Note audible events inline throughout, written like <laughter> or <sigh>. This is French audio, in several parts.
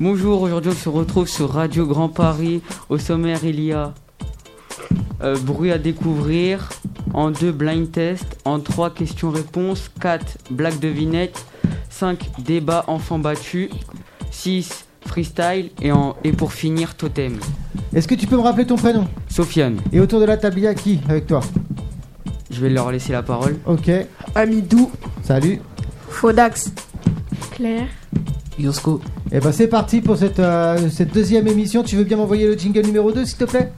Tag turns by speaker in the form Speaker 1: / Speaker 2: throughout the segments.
Speaker 1: Bonjour, aujourd'hui on se retrouve sur Radio Grand Paris. Au sommaire, il y a euh, bruit à découvrir, en 2 blind test, en 3 questions-réponses, 4 blagues devinettes, 5 débats enfants battus, 6 freestyle et, en, et pour finir totem.
Speaker 2: Est-ce que tu peux me rappeler ton prénom
Speaker 1: Sofiane,
Speaker 2: Et autour de la table, il y a qui avec toi
Speaker 1: je vais leur laisser la parole.
Speaker 2: Ok,
Speaker 3: Amidou.
Speaker 2: salut.
Speaker 3: Fodax.
Speaker 4: Claire.
Speaker 5: Yosko.
Speaker 2: Et ben c'est parti pour cette, euh, cette deuxième émission. Tu veux bien m'envoyer le jingle numéro 2 s'il te plaît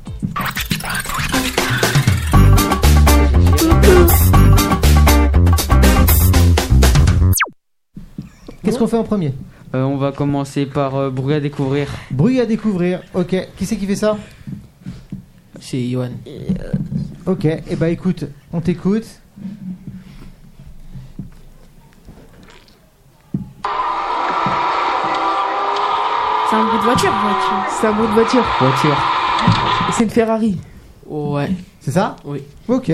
Speaker 2: Qu'est-ce qu'on fait en premier
Speaker 1: Euh, on va commencer par euh, bruit à découvrir.
Speaker 2: Bruit à découvrir. Ok, qui c'est qui fait ça
Speaker 5: C'est Yohan.
Speaker 2: Ok, et bah écoute, on t'écoute.
Speaker 4: C'est un bruit de voiture, voiture.
Speaker 3: C'est un mot de voiture.
Speaker 1: Voiture.
Speaker 3: C'est une Ferrari.
Speaker 5: Ouais.
Speaker 2: C'est ça
Speaker 5: Oui.
Speaker 2: Ok.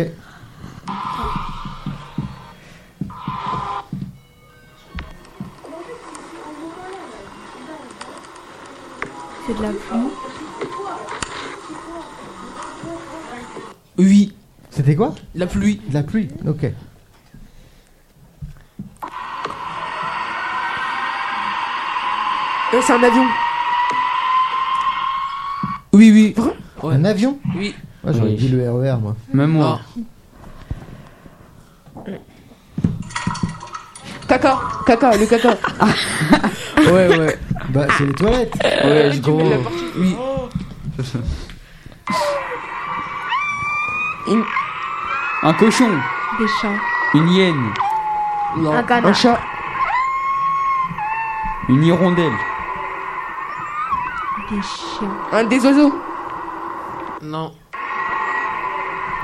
Speaker 4: C'est de la pluie.
Speaker 5: Oui.
Speaker 2: C'était quoi
Speaker 5: La pluie.
Speaker 2: De la pluie. Ok.
Speaker 3: Euh, c'est un avion.
Speaker 5: Oui, oui. Ouais.
Speaker 2: Un avion
Speaker 5: Oui.
Speaker 2: Moi j'aurais
Speaker 1: Oui.
Speaker 2: dit le RER moi.
Speaker 1: Même moi.
Speaker 3: Caca. Caca, le caca.
Speaker 5: Ouais, ouais.
Speaker 2: Bah c'est les toilettes.
Speaker 1: Ouais, je gros.
Speaker 5: Oui.
Speaker 1: Un cochon.
Speaker 4: Des chats.
Speaker 1: Une hyène.
Speaker 5: Non.
Speaker 4: Un
Speaker 3: Un
Speaker 4: canard.
Speaker 3: chat.
Speaker 1: Une hirondelle.
Speaker 4: Des chiens.
Speaker 3: Un des oiseaux.
Speaker 5: Non.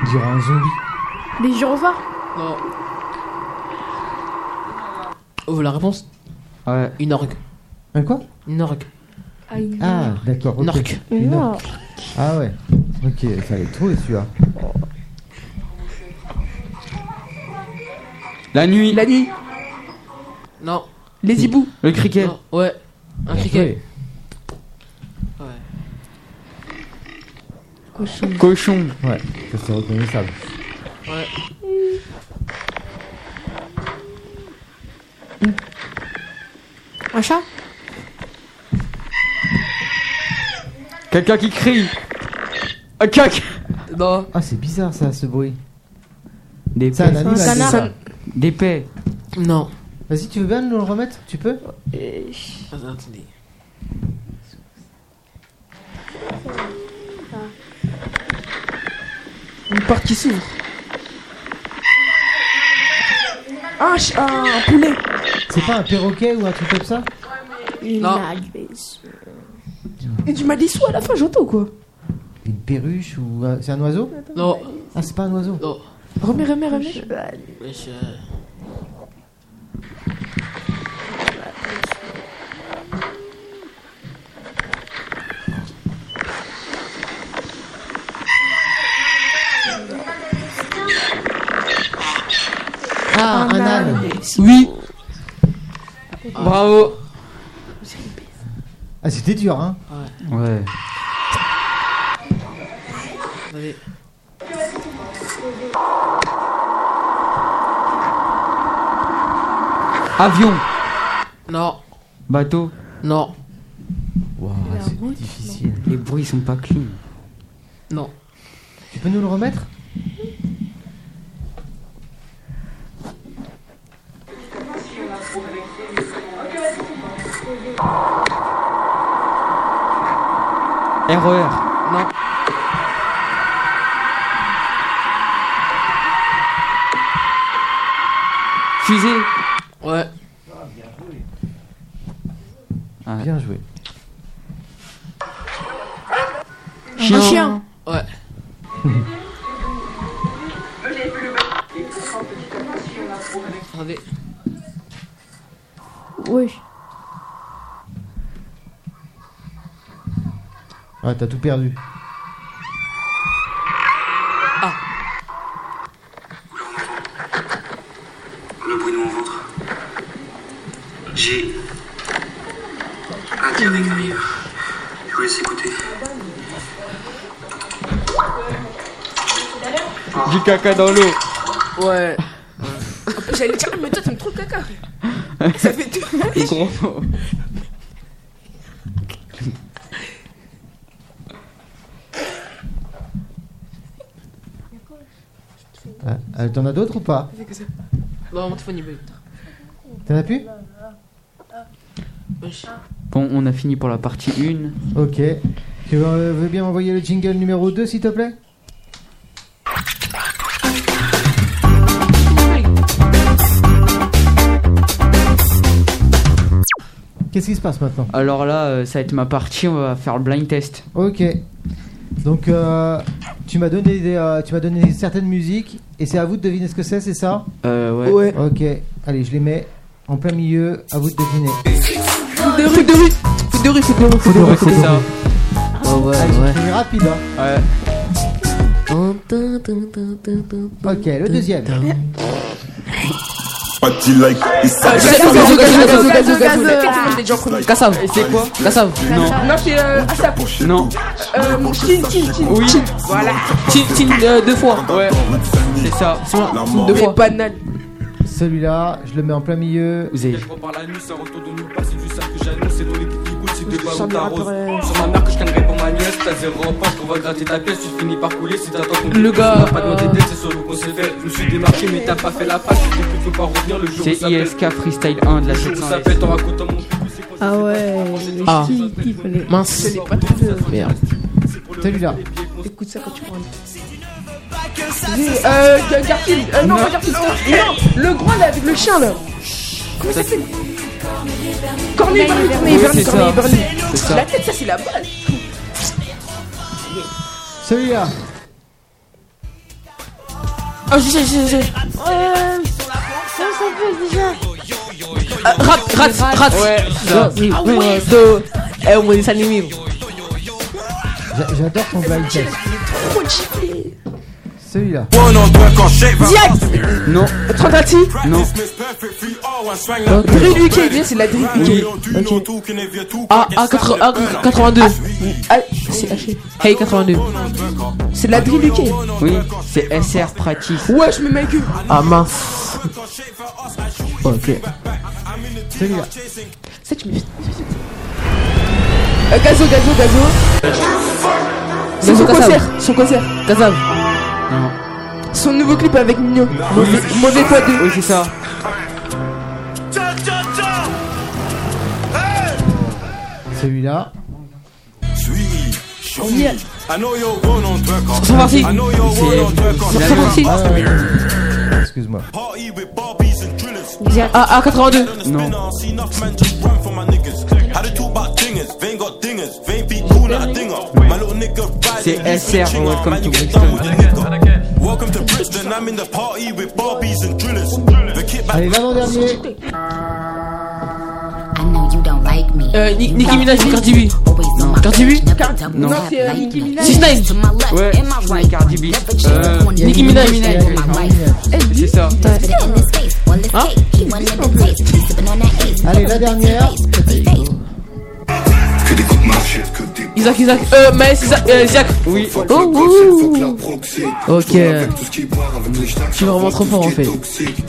Speaker 2: Dire un zombie.
Speaker 4: Des gyrophares.
Speaker 5: Non. Oh, la réponse
Speaker 1: Ouais.
Speaker 5: Une orgue.
Speaker 2: Un quoi
Speaker 5: Une orgue.
Speaker 4: Ah, une
Speaker 2: Ah d'accord. ok.
Speaker 5: Une orgue.
Speaker 2: Une
Speaker 4: Une
Speaker 2: orque.
Speaker 4: orque.
Speaker 2: Ah ouais. Ok, ça allait trop celui-là.
Speaker 1: La nuit.
Speaker 3: La nuit.
Speaker 5: Non.
Speaker 3: Les hiboux.
Speaker 1: Le cricket.
Speaker 5: Non. Ouais. Un criquet. Ouais.
Speaker 4: Cochon.
Speaker 1: Cochon.
Speaker 2: Ouais, ouais, ça c'est reconnaissable.
Speaker 5: Ouais.
Speaker 3: Un chat.
Speaker 1: Quelqu'un qui crie. Un cac.
Speaker 5: Non.
Speaker 2: Ah c'est bizarre ça, ce bruit.
Speaker 1: Des
Speaker 2: C'est un
Speaker 1: paix.
Speaker 2: animal.
Speaker 4: C'est un
Speaker 2: c'est
Speaker 4: canard.
Speaker 2: ça.
Speaker 1: Des paix.
Speaker 5: Non.
Speaker 2: Vas-y, tu veux bien nous le remettre Tu peux
Speaker 4: Euh,
Speaker 5: Attendez.
Speaker 3: Une porte qui s'ouvre. Un, ch- un poulet.
Speaker 2: C'est pas un perroquet ou un truc comme ça
Speaker 4: Une
Speaker 5: Non.
Speaker 4: albaise.
Speaker 3: Et tu m'as dit sous à la fin, j'entends quoi
Speaker 2: Une perruche ou un- c'est un oiseau
Speaker 5: Non.
Speaker 2: Ah, c'est pas un oiseau.
Speaker 5: Non.
Speaker 3: Remets, remets, remets.
Speaker 5: Wesh, euh,
Speaker 2: Ah, un, âne.
Speaker 1: Oui. Bravo.
Speaker 2: Ah, c'était dur, hein
Speaker 1: Ouais.
Speaker 5: attendez.
Speaker 1: Avion.
Speaker 5: Non.
Speaker 1: Bateau.
Speaker 5: Non.
Speaker 2: Waouh,
Speaker 4: La c'est route, difficile.
Speaker 1: Les bruits sont pas clean.
Speaker 5: Non.
Speaker 2: Tu peux nous le remettre
Speaker 1: RER.
Speaker 5: Non.
Speaker 1: Fusée.
Speaker 5: Ouais.
Speaker 2: Bien joué.
Speaker 1: Chien.
Speaker 3: Un chien.
Speaker 5: Ouais. Attendez.
Speaker 4: Oui.
Speaker 2: Ah, t'as tout perdu.
Speaker 6: le bruit de mon ventre. J'ai un diarrhée qui arrive.
Speaker 1: du caca dans l'eau.
Speaker 5: Ouais. Bah,
Speaker 3: J'allais dire, ah, mais toi, t'aimes trop le caca. Ça fait tout.
Speaker 1: Gros <laughs> mot.
Speaker 2: Ah, euh, T'en as d'autres ou pas
Speaker 3: Ça fait que ça.
Speaker 5: Non, mon téléphone il bug.
Speaker 2: T'en as plus
Speaker 5: Wesh.
Speaker 1: Bon, on a fini pour la partie 1.
Speaker 2: Ok. Tu veux, euh, veux bien envoyer le jingle numéro 2, s'il te plaît Qu'est-ce qui se passe maintenant
Speaker 1: Alors là, euh, ça va être ma partie, on va faire le blind test.
Speaker 2: Ok. Donc, euh, tu m'as donné, des, euh, tu m'as donné certaines musiques et c'est à vous de deviner ce que c'est, c'est ça
Speaker 1: Euh, ouais.
Speaker 3: Ouais.
Speaker 2: Ok. Allez, je les mets en plein milieu. À vous de deviner.
Speaker 3: Foot de rue, de rue. Foot de rue, foot de rue, foot de
Speaker 1: Ouais,
Speaker 3: rue.
Speaker 1: c'est ça.
Speaker 5: Oh ouais,
Speaker 2: Allez,
Speaker 5: ouais.
Speaker 2: c'est rapide. hein.
Speaker 1: Ouais.
Speaker 2: Ok, le deuxième.
Speaker 6: What you like is
Speaker 5: Ah,
Speaker 6: a
Speaker 5: Gazo, gazo, gazo, gazo, gazo, gazo.
Speaker 3: Gazo.
Speaker 5: T'inquiète, moi, je l'ai déjà en premier. Kassav.
Speaker 1: C'est quoi
Speaker 5: Kassav.
Speaker 1: Non,
Speaker 3: Non, c'est euh, ah, ça,
Speaker 1: non.
Speaker 3: euh, chin, chin, chin.
Speaker 1: Oui,
Speaker 3: Voilà.
Speaker 5: Tin, tin, euh, deux fois.
Speaker 1: ouais, c'est ça.
Speaker 5: C'est moi. Deux
Speaker 3: Mais
Speaker 5: fois.
Speaker 3: banal.
Speaker 2: Celui-là, je le mets en plein milieu.
Speaker 1: Vous avez.
Speaker 7: Je repars la nuit, ça retourne de nulle part. C'est du sale que j'annonce, c'est dans les petits gouttes, c'est des ballons
Speaker 3: Sans les
Speaker 7: d'arrose.
Speaker 3: rappeurs,
Speaker 7: Sur ma mère que je cannerai pour ma nièce, t'as zéro pas, qu'on va gratter ta pièce, tu finis par couler si t'attends qu'on
Speaker 5: Le
Speaker 7: te-
Speaker 5: gars,
Speaker 7: On va pas demander
Speaker 5: euh,
Speaker 7: d'aide, c'est sur nous qu'on s'est fait. Je me suis démarqué, mais t'as pas fait la passe, tu dis qu'il faut pas revenir le jour où
Speaker 1: C'est
Speaker 7: ça pète.
Speaker 1: ISK Freestyle 1 de
Speaker 7: Le
Speaker 1: la
Speaker 7: jour où
Speaker 1: 700.
Speaker 7: ça pète, en racontant mon cul, c'est quoi,
Speaker 4: Ah ouais.
Speaker 5: Ah.
Speaker 4: Qui, qui fallait
Speaker 5: Mince.
Speaker 3: euh,
Speaker 5: Merde.
Speaker 7: c'est pour le
Speaker 2: Celui-là.
Speaker 7: respect des pieds qu'on se
Speaker 3: Écoute ça quand tu prends. Euh, Gar- Garfield. Euh, non, pas Garfield. Non, le gros là avec le chien là. Comment ça s'appelle Corneille, Bernie, Corneille,
Speaker 1: Oui,
Speaker 3: Bernie,
Speaker 1: c'est
Speaker 3: Corneille,
Speaker 1: ça.
Speaker 3: Bernie.
Speaker 1: C'est
Speaker 3: La
Speaker 1: ça.
Speaker 3: tête, ça c'est la balle.
Speaker 2: Celui-là.
Speaker 5: Ah, j'ai, j'ai, j'ai.
Speaker 3: Euh,
Speaker 4: Comment ça s'appelle déjà
Speaker 5: Ah, Rat, rat, rat.
Speaker 1: Ouais, ça.
Speaker 5: Ah ouais. Deux. Eh, on est animé.
Speaker 2: J'a- J'adore ton blind test.
Speaker 3: trop chifflé.
Speaker 2: Celui-là.
Speaker 6: One on point quand je sais pas.
Speaker 1: Non,
Speaker 3: Trentati,
Speaker 1: non.
Speaker 3: Drill UK, déjà, c'est de la Drill UK.
Speaker 5: Ah, ah, 80, ah, 82.
Speaker 3: Ah, c'est haché.
Speaker 5: Hey, 82.
Speaker 3: C'est de la Drill UK.
Speaker 1: Oui, c'est SR Practice.
Speaker 3: Ouais, je me mets avec eux.
Speaker 5: Ah, mince. Ok.
Speaker 2: Celui-là.
Speaker 3: Ça, tu me fais. Euh, gazo, gazo, gazo. C'est son
Speaker 5: Gazo,
Speaker 3: concert, son concert.
Speaker 5: Kassav.
Speaker 1: Non.
Speaker 3: Son nouveau clip avec Mignon. Mauvais, mauvais poids de.
Speaker 1: Oui, c'est ça.
Speaker 2: Celui-là.
Speaker 5: Sans parti.
Speaker 2: Euh, Excuse-moi.
Speaker 5: Ah, ah, 82.
Speaker 1: Non. C'est SR, Welcome to Brixton.
Speaker 8: Welcome to Brixton, I'm in the party with Barbies and drillers. The kid back
Speaker 2: Allez, l'avant-dernier.
Speaker 9: I know you don't like me.
Speaker 5: Euh, Ni- Nicki Minaj, Cardi B.
Speaker 9: Always on my
Speaker 5: Cardi B
Speaker 1: Non.
Speaker 3: Non, c'est euh, Nicki Minaj.
Speaker 5: Six Nine.
Speaker 9: to my left
Speaker 1: Ouais,
Speaker 9: and my
Speaker 1: c'est
Speaker 9: right.
Speaker 1: Cardi B.
Speaker 9: Never change
Speaker 1: Euh,
Speaker 9: on
Speaker 5: Nicki Minaj.
Speaker 9: my life.
Speaker 1: C'est ça.
Speaker 9: Put it in his face. Well, it's
Speaker 5: Hein?
Speaker 9: cake. He wanted to taste. He's sipping on that ace.
Speaker 2: Allez, la dernière.
Speaker 9: Pretty face.
Speaker 6: Que des coups de marché, que des
Speaker 5: Isaac, Isaac. Euh, Maes, Isaac. Euh, Isaac.
Speaker 1: Oui,
Speaker 6: Fuck
Speaker 5: Oh,
Speaker 6: la
Speaker 5: ouh.
Speaker 6: proxy, fuck la proxy.
Speaker 5: Ok.
Speaker 6: Je roule avec tout ce qui part, avec les snacks,
Speaker 5: Tu es vraiment
Speaker 6: avec
Speaker 5: trop
Speaker 6: tout
Speaker 5: fort,
Speaker 6: ce qui
Speaker 5: en
Speaker 6: est
Speaker 5: fait.
Speaker 6: toxique.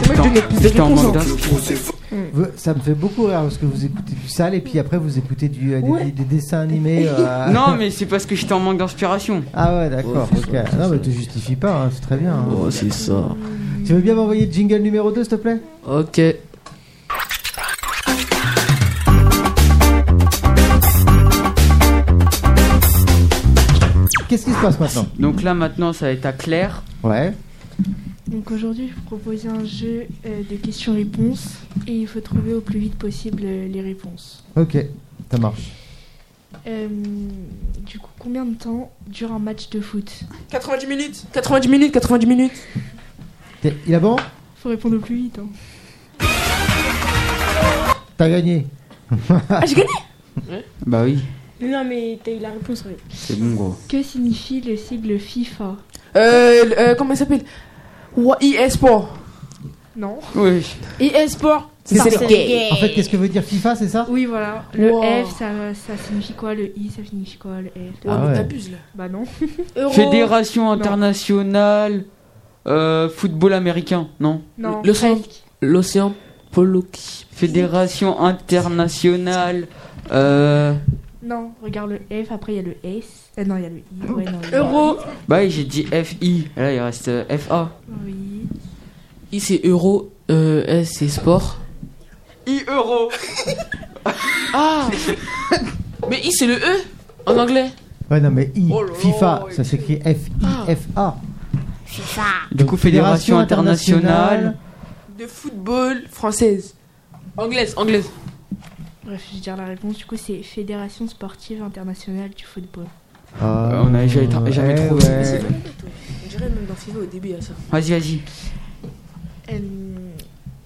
Speaker 1: Putain,
Speaker 3: donner plus de
Speaker 1: putain,
Speaker 3: réponses,
Speaker 1: manque
Speaker 3: hein.
Speaker 6: Le
Speaker 1: d'ins-
Speaker 6: pro, c'est fuck
Speaker 2: Vous- Ça me fait beaucoup rire parce que vous écoutez du sale et puis après vous écoutez du, euh, des,
Speaker 3: Ouais.
Speaker 2: des- des dessins animés.
Speaker 3: <laughs>
Speaker 2: euh,
Speaker 1: Non, mais c'est parce que j'étais en manque d'inspiration.
Speaker 2: Ah ouais, d'accord. ok. Non, mais te justifie pas, hein, c'est très bien. hein.
Speaker 5: Oh, c'est ça.
Speaker 2: Tu veux bien m'envoyer le jingle numéro 2, s'il te plaît
Speaker 5: Ok.
Speaker 2: Qu'est-ce qui se passe maintenant
Speaker 1: Donc là, maintenant, ça va être à Claire.
Speaker 2: Ouais.
Speaker 10: Donc aujourd'hui, je vous propose un jeu euh, de questions-réponses et il faut trouver au plus vite possible euh, les réponses.
Speaker 2: Ok, ça marche.
Speaker 10: Euh, du coup, combien de temps dure un match de foot
Speaker 3: 90 minutes, 90 minutes, 90 minutes.
Speaker 2: T'es- Il a bon
Speaker 10: Faut répondre au plus vite. hein.
Speaker 2: T'as gagné.
Speaker 3: Ah, j'ai gagné
Speaker 1: Bah oui,
Speaker 10: Non, mais t'as eu la réponse, oui.
Speaker 1: c'est bon, gros.
Speaker 10: Que signifie le sigle FIFA
Speaker 3: Euh, euh, comment il s'appelle Ouais, EA Sport.
Speaker 10: Non.
Speaker 1: Oui.
Speaker 3: EA Sport,
Speaker 2: Qu'est-ce-
Speaker 10: Parcel
Speaker 2: En fait, qu'est-ce que veut dire FIFA, c'est ça
Speaker 10: Oui, voilà. Le
Speaker 5: Wow.
Speaker 10: F, ça, ça signifie quoi Le I, ça signifie quoi Le F
Speaker 2: Ah ouais.
Speaker 5: T'abuses là.
Speaker 10: Bah non.
Speaker 1: Fédération internationale euh, football américain, non
Speaker 10: Non.
Speaker 5: Le sang. L'océan Polo.
Speaker 1: Fédération internationale euh,
Speaker 10: Non, regarde le F, après il y a le S. Euh, non, il y a le I. Ouais, non, oui.
Speaker 5: Euro.
Speaker 1: Bah j'ai dit FI, là il reste euh, FA.
Speaker 10: Oui.
Speaker 5: I c'est euro. Euh, S c'est sport.
Speaker 1: I euro.
Speaker 5: Ah Mais I c'est le E en anglais.
Speaker 2: Ouais, non, mais I,
Speaker 5: Oh là là,
Speaker 2: FIFA,
Speaker 5: ouais.
Speaker 2: ça s'écrit F-I-F-A.
Speaker 1: Du coup Fédération internationale.
Speaker 5: De football française. Anglaise, anglaise.
Speaker 10: Bref, je vais dire la réponse. Du coup, c'est Fédération sportive internationale du football.
Speaker 2: Ah,
Speaker 1: Euh, On a jamais- jamais
Speaker 2: eh
Speaker 1: trouvé.
Speaker 2: ouais.
Speaker 5: On dirait même dans FIFA au début à ça.
Speaker 1: Vas-y vas-y.
Speaker 10: Euh,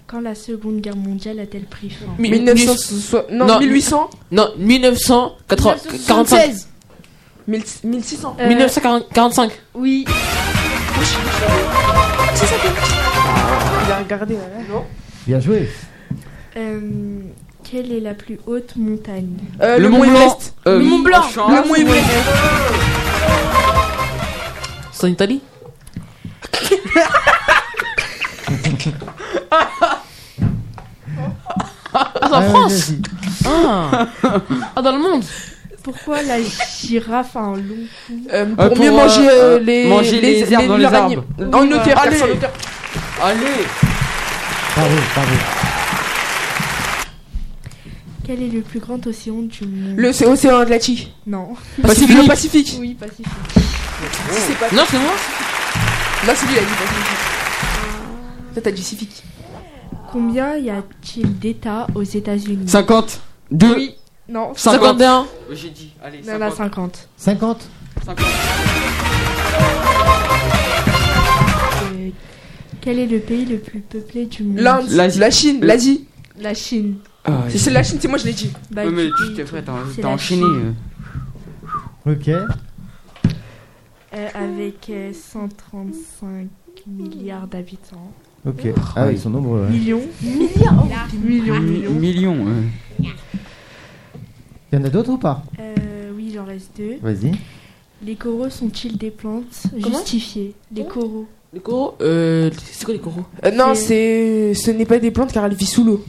Speaker 10: quand la Seconde Guerre mondiale a-t-elle pris fin
Speaker 5: 1900
Speaker 3: Non,
Speaker 5: Non.
Speaker 3: 1800
Speaker 5: Non, 1945.
Speaker 3: 1000- 1600
Speaker 10: Euh,
Speaker 5: 1945.
Speaker 10: Oui.
Speaker 3: Il a regardé là. Non
Speaker 2: Bien joué.
Speaker 10: Euh, quelle est la plus haute montagne
Speaker 3: Euh,
Speaker 1: Le Mont Blanc.
Speaker 3: Everest.
Speaker 1: Euh,
Speaker 3: Le Mont Blanc Le Mont Everest
Speaker 5: C'est en Italie Ah, c'est en
Speaker 2: Ah, ouais,
Speaker 5: France
Speaker 2: vas-y.
Speaker 5: ah. Ah, dans le monde
Speaker 10: Pourquoi la girafe a un long cou
Speaker 3: Euh,
Speaker 1: Euh,
Speaker 3: pour,
Speaker 1: pour,
Speaker 3: mieux
Speaker 1: euh,
Speaker 3: manger euh,
Speaker 1: euh,
Speaker 3: les Euh,
Speaker 1: manger les herbes dans les
Speaker 3: leurs
Speaker 1: arbres.
Speaker 3: animaux. En hauteur,
Speaker 1: Allez.
Speaker 3: en hauteur.
Speaker 1: Allez
Speaker 2: Bravo, bravo.
Speaker 10: Quel est le plus grand océan du monde
Speaker 3: Le c'est océan Atlantique.
Speaker 10: Non.
Speaker 5: Pacifique.
Speaker 3: Le Pacifique.
Speaker 10: Oui, Pacifique.
Speaker 1: Oh.
Speaker 3: Si c'est pas.
Speaker 5: Non, c'est moi
Speaker 3: Là, c'est lui, il a dit Pacifique. Ah. Toi, t'as dit Pacifique.
Speaker 10: Combien y a-t-il d'États aux États-Unis
Speaker 1: 50 2
Speaker 10: Oui. Non.
Speaker 5: 51
Speaker 1: Oh, J'ai dit, allez,
Speaker 10: Il y en a 50.
Speaker 2: 50
Speaker 10: Euh, quel est le pays le plus peuplé du monde
Speaker 3: L'Inde,
Speaker 1: L'Asie.
Speaker 3: la Chine, l'Asie.
Speaker 10: La Chine.
Speaker 1: Ah,
Speaker 3: C'est la Chine, c'est moi, je l'ai dit.
Speaker 10: Bah,
Speaker 1: Ouais, mais
Speaker 10: du coup,
Speaker 1: tu t'es prêt, t'as
Speaker 10: c'est
Speaker 1: t'as
Speaker 10: la
Speaker 1: enchaîné.
Speaker 10: Chine.
Speaker 1: euh.
Speaker 2: Ok.
Speaker 10: Euh, avec euh, 135 milliards d'habitants.
Speaker 2: Ok.
Speaker 1: Oh,
Speaker 2: Ah, ils sont nombreux. ouais.
Speaker 10: Millions Milliards Millions,
Speaker 1: Mi-
Speaker 10: millions.
Speaker 1: Millions. euh.
Speaker 2: Il y en a d'autres ou pas
Speaker 10: Euh, oui, il en reste deux.
Speaker 2: Vas-y.
Speaker 10: Les coraux sont-ils des plantes
Speaker 5: Comment
Speaker 10: justifiées Les coraux.
Speaker 5: Les coraux euh, C'est quoi les coraux
Speaker 3: Euh, non,
Speaker 10: C'est-
Speaker 3: c'est ce n'est pas des plantes car elles vivent sous l'eau.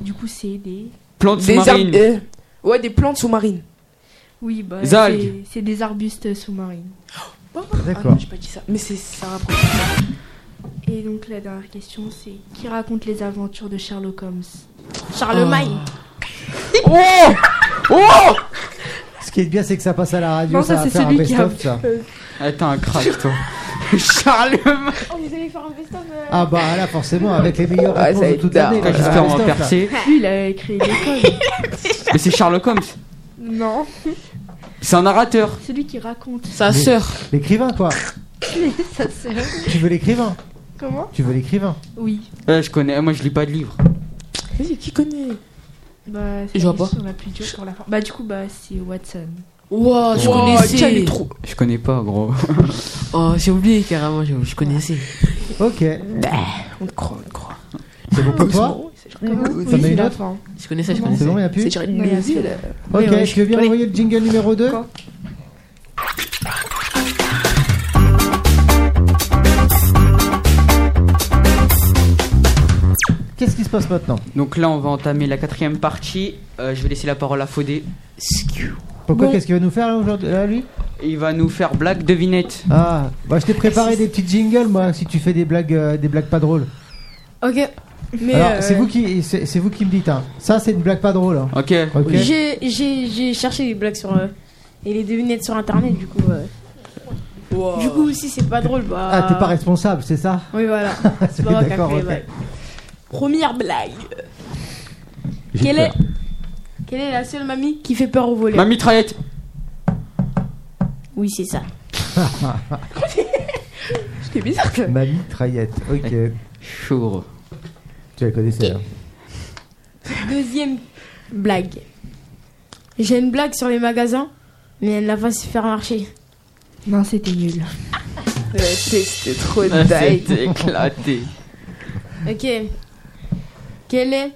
Speaker 10: Du coup, c'est des.
Speaker 1: Plantes
Speaker 3: Des
Speaker 1: sous-marines.
Speaker 3: euh, ouais, des plantes sous-marines.
Speaker 10: Oui, bah.
Speaker 1: Des
Speaker 10: c'est-
Speaker 1: algues.
Speaker 10: C'est des arbustes sous-marins.
Speaker 3: Ah non,
Speaker 2: D'accord.
Speaker 3: j'ai pas dit ça. Mais c'est ça rapproche.
Speaker 10: Et donc, la dernière question, c'est qui raconte les aventures de Sherlock Holmes
Speaker 5: Charlemagne
Speaker 3: Oh Oh
Speaker 2: Ce qui est bien, c'est que ça passe à la radio.
Speaker 10: Non, ça,
Speaker 2: va
Speaker 10: c'est
Speaker 2: faire un
Speaker 10: celui qui Euh, a-
Speaker 2: best-of, ça.
Speaker 1: Ah, t'as un crack, toi. Charlemagne.
Speaker 4: Oh, vous allez faire un best-of euh,
Speaker 2: Ah, bah là, forcément, avec les meilleures
Speaker 3: Ah,
Speaker 2: réponses
Speaker 3: ça va
Speaker 2: de
Speaker 3: être
Speaker 2: toute
Speaker 3: tard.
Speaker 2: l'année. là,
Speaker 3: Ah,
Speaker 2: ça va
Speaker 1: J'espère
Speaker 2: faire
Speaker 1: on va
Speaker 2: best-of, là.
Speaker 1: percer.
Speaker 10: Lui, il a créé l'école.
Speaker 1: Mais c'est Sherlock Holmes.
Speaker 10: <laughs> non.
Speaker 1: C'est un narrateur.
Speaker 10: Celui qui <laughs> raconte
Speaker 5: Sa
Speaker 2: Mais-
Speaker 5: sœur
Speaker 2: L'écrivain, quoi.
Speaker 10: sa sœur.
Speaker 2: Tu veux l'écrivain
Speaker 10: Comment
Speaker 2: Tu veux l'écrivain
Speaker 10: Oui.
Speaker 1: Euh, je connais, moi je lis pas de livres.
Speaker 3: Vas-y, qui connaît
Speaker 10: Bah,
Speaker 5: Je vois pas.
Speaker 10: On a plus dur pour la fin. Bah, du coup, bah, c'est Watson.
Speaker 5: Wow, je
Speaker 1: Wow,
Speaker 3: tiens, il
Speaker 5: connaissais
Speaker 3: est trop.
Speaker 1: Je connais pas, gros.
Speaker 5: Oh, j'ai oublié carrément, je, je connaissais.
Speaker 2: Ok.
Speaker 3: Bah, On te croit, on te croit.
Speaker 2: C'est bon pour toi
Speaker 10: Comment
Speaker 2: oui,
Speaker 10: Oui,
Speaker 2: t'en as
Speaker 10: c'est
Speaker 2: une
Speaker 10: la
Speaker 2: autre
Speaker 3: hein.
Speaker 10: fin.
Speaker 5: Je connaissais, je
Speaker 2: C'est
Speaker 5: connaissais.
Speaker 2: bon, il n'y a
Speaker 3: C'est
Speaker 2: plus
Speaker 3: tiré de
Speaker 10: Non, il y a
Speaker 3: Belleville.
Speaker 10: celui-là.
Speaker 2: Ok,
Speaker 5: ouais,
Speaker 2: je veux bien envoyer le jingle numéro 2.
Speaker 10: Quoi
Speaker 2: Qu'est-ce qui se passe maintenant
Speaker 1: Donc là, on va entamer la quatrième partie. Euh, je vais laisser la parole à Faudé.
Speaker 2: Pourquoi
Speaker 10: Bon.
Speaker 2: Qu'est-ce qu'il va nous faire là, aujourd'hui là, lui
Speaker 1: Il va nous faire blague devinette.
Speaker 2: Ah, bah, je t'ai préparé des petits jingles, moi, si tu fais des blagues, euh, des blagues pas drôles.
Speaker 5: Ok.
Speaker 3: Mais
Speaker 2: Alors,
Speaker 3: euh,
Speaker 2: c'est vous qui, c'est c'est vous qui me dites. Hein. Ça, c'est une blague pas drôle. hein.
Speaker 1: Ok.
Speaker 2: Ok.
Speaker 4: J'ai j'ai- j'ai cherché les blagues sur. euh, et les devinettes sur internet, du coup. euh.
Speaker 3: wow.
Speaker 4: Du coup, si c'est pas drôle, bah.
Speaker 2: Ah, t'es pas responsable, c'est
Speaker 3: <laughs>
Speaker 2: ça
Speaker 4: Oui,
Speaker 2: <laughs>
Speaker 4: voilà. C'est pas moi qui a
Speaker 2: D'accord.
Speaker 4: créé les
Speaker 2: ok.
Speaker 4: blagues. Première blague.
Speaker 2: J'ai
Speaker 4: Quelle est,
Speaker 2: peur.
Speaker 4: quelle est la seule mamie qui fait peur aux voleurs
Speaker 1: Ma mitraillette.
Speaker 4: Oui, c'est
Speaker 2: <laughs>
Speaker 4: ça.
Speaker 3: C'était bizarre. ça.
Speaker 2: Ma mitraillette. Ok.
Speaker 1: Chaud, gros.
Speaker 2: Tu la connaissais. hein.
Speaker 4: Deuxième blague. J'ai une blague sur les magasins, mais elle n'a pas supermarché.
Speaker 10: Non, c'était nul.
Speaker 3: Ouais, C'était c'était trop
Speaker 1: Ah,
Speaker 3: dingue.
Speaker 1: C'est éclaté.
Speaker 4: Ok.
Speaker 3: Quel est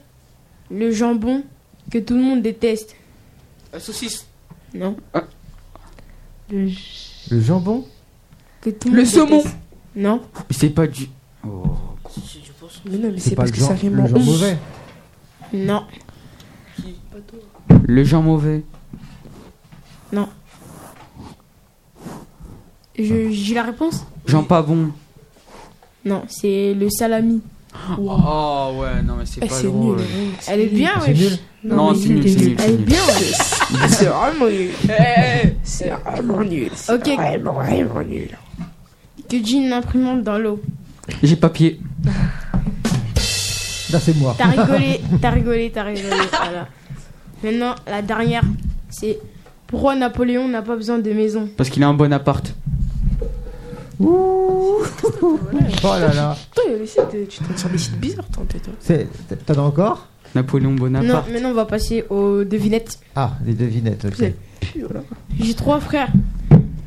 Speaker 3: le jambon que tout le monde déteste
Speaker 5: La saucisse.
Speaker 3: Non.
Speaker 11: Le,
Speaker 2: Le jambon
Speaker 3: Que tout
Speaker 12: Le
Speaker 3: monde
Speaker 12: saumon.
Speaker 3: déteste. Non.
Speaker 1: C'est pas du. Oh.
Speaker 12: Mais non, mais
Speaker 2: C'est
Speaker 12: c'est
Speaker 2: pas
Speaker 12: parce
Speaker 2: le
Speaker 12: que ça
Speaker 2: genre,
Speaker 12: rime
Speaker 2: le
Speaker 12: en
Speaker 2: genre
Speaker 12: on.
Speaker 2: mauvais.
Speaker 3: Non.
Speaker 1: Le genre mauvais.
Speaker 12: Ah.
Speaker 3: Je- J'ai la réponse
Speaker 1: Jean pas bon.
Speaker 3: Non, c'est le salami.
Speaker 12: Ah.
Speaker 5: Oh ouais, non mais c'est
Speaker 12: Eh,
Speaker 5: pas
Speaker 12: c'est
Speaker 5: drôle.
Speaker 12: nul.
Speaker 3: hein. Elle est bien,
Speaker 2: C'est
Speaker 3: wesh.
Speaker 2: nul.
Speaker 1: Non,
Speaker 11: mais
Speaker 1: c'est nul, c'est nul,
Speaker 3: Elle
Speaker 1: c'est
Speaker 3: est
Speaker 1: nul.
Speaker 3: bien, wesh.
Speaker 12: <laughs> C'est vraiment nul.
Speaker 5: Eh, eh, eh.
Speaker 12: C'est vraiment nul. C'est
Speaker 3: Ok.
Speaker 12: Vraiment, vraiment nul.
Speaker 3: Que dit une imprimante dans l'eau
Speaker 1: J'ai papier.
Speaker 2: Là, c'est moi.
Speaker 3: T'as rigolé, t'as rigolé, t'as rigolé. Voilà. Maintenant, la dernière, c'est pourquoi Napoléon n'a pas besoin de maison
Speaker 1: Parce qu'il a un bon appart.
Speaker 2: Oh là là.
Speaker 12: Toi, il y a des sites, euh, tu tombes sur des sites bizarres, toi, hein. toi.
Speaker 2: C'est- T'en as encore
Speaker 1: Napoléon
Speaker 3: Non,
Speaker 1: Bonaparte.
Speaker 3: maintenant on va passer aux devinettes.
Speaker 2: Ah, des devinettes, ok.
Speaker 3: C'est-
Speaker 12: Pur, là.
Speaker 3: J'ai trois frères.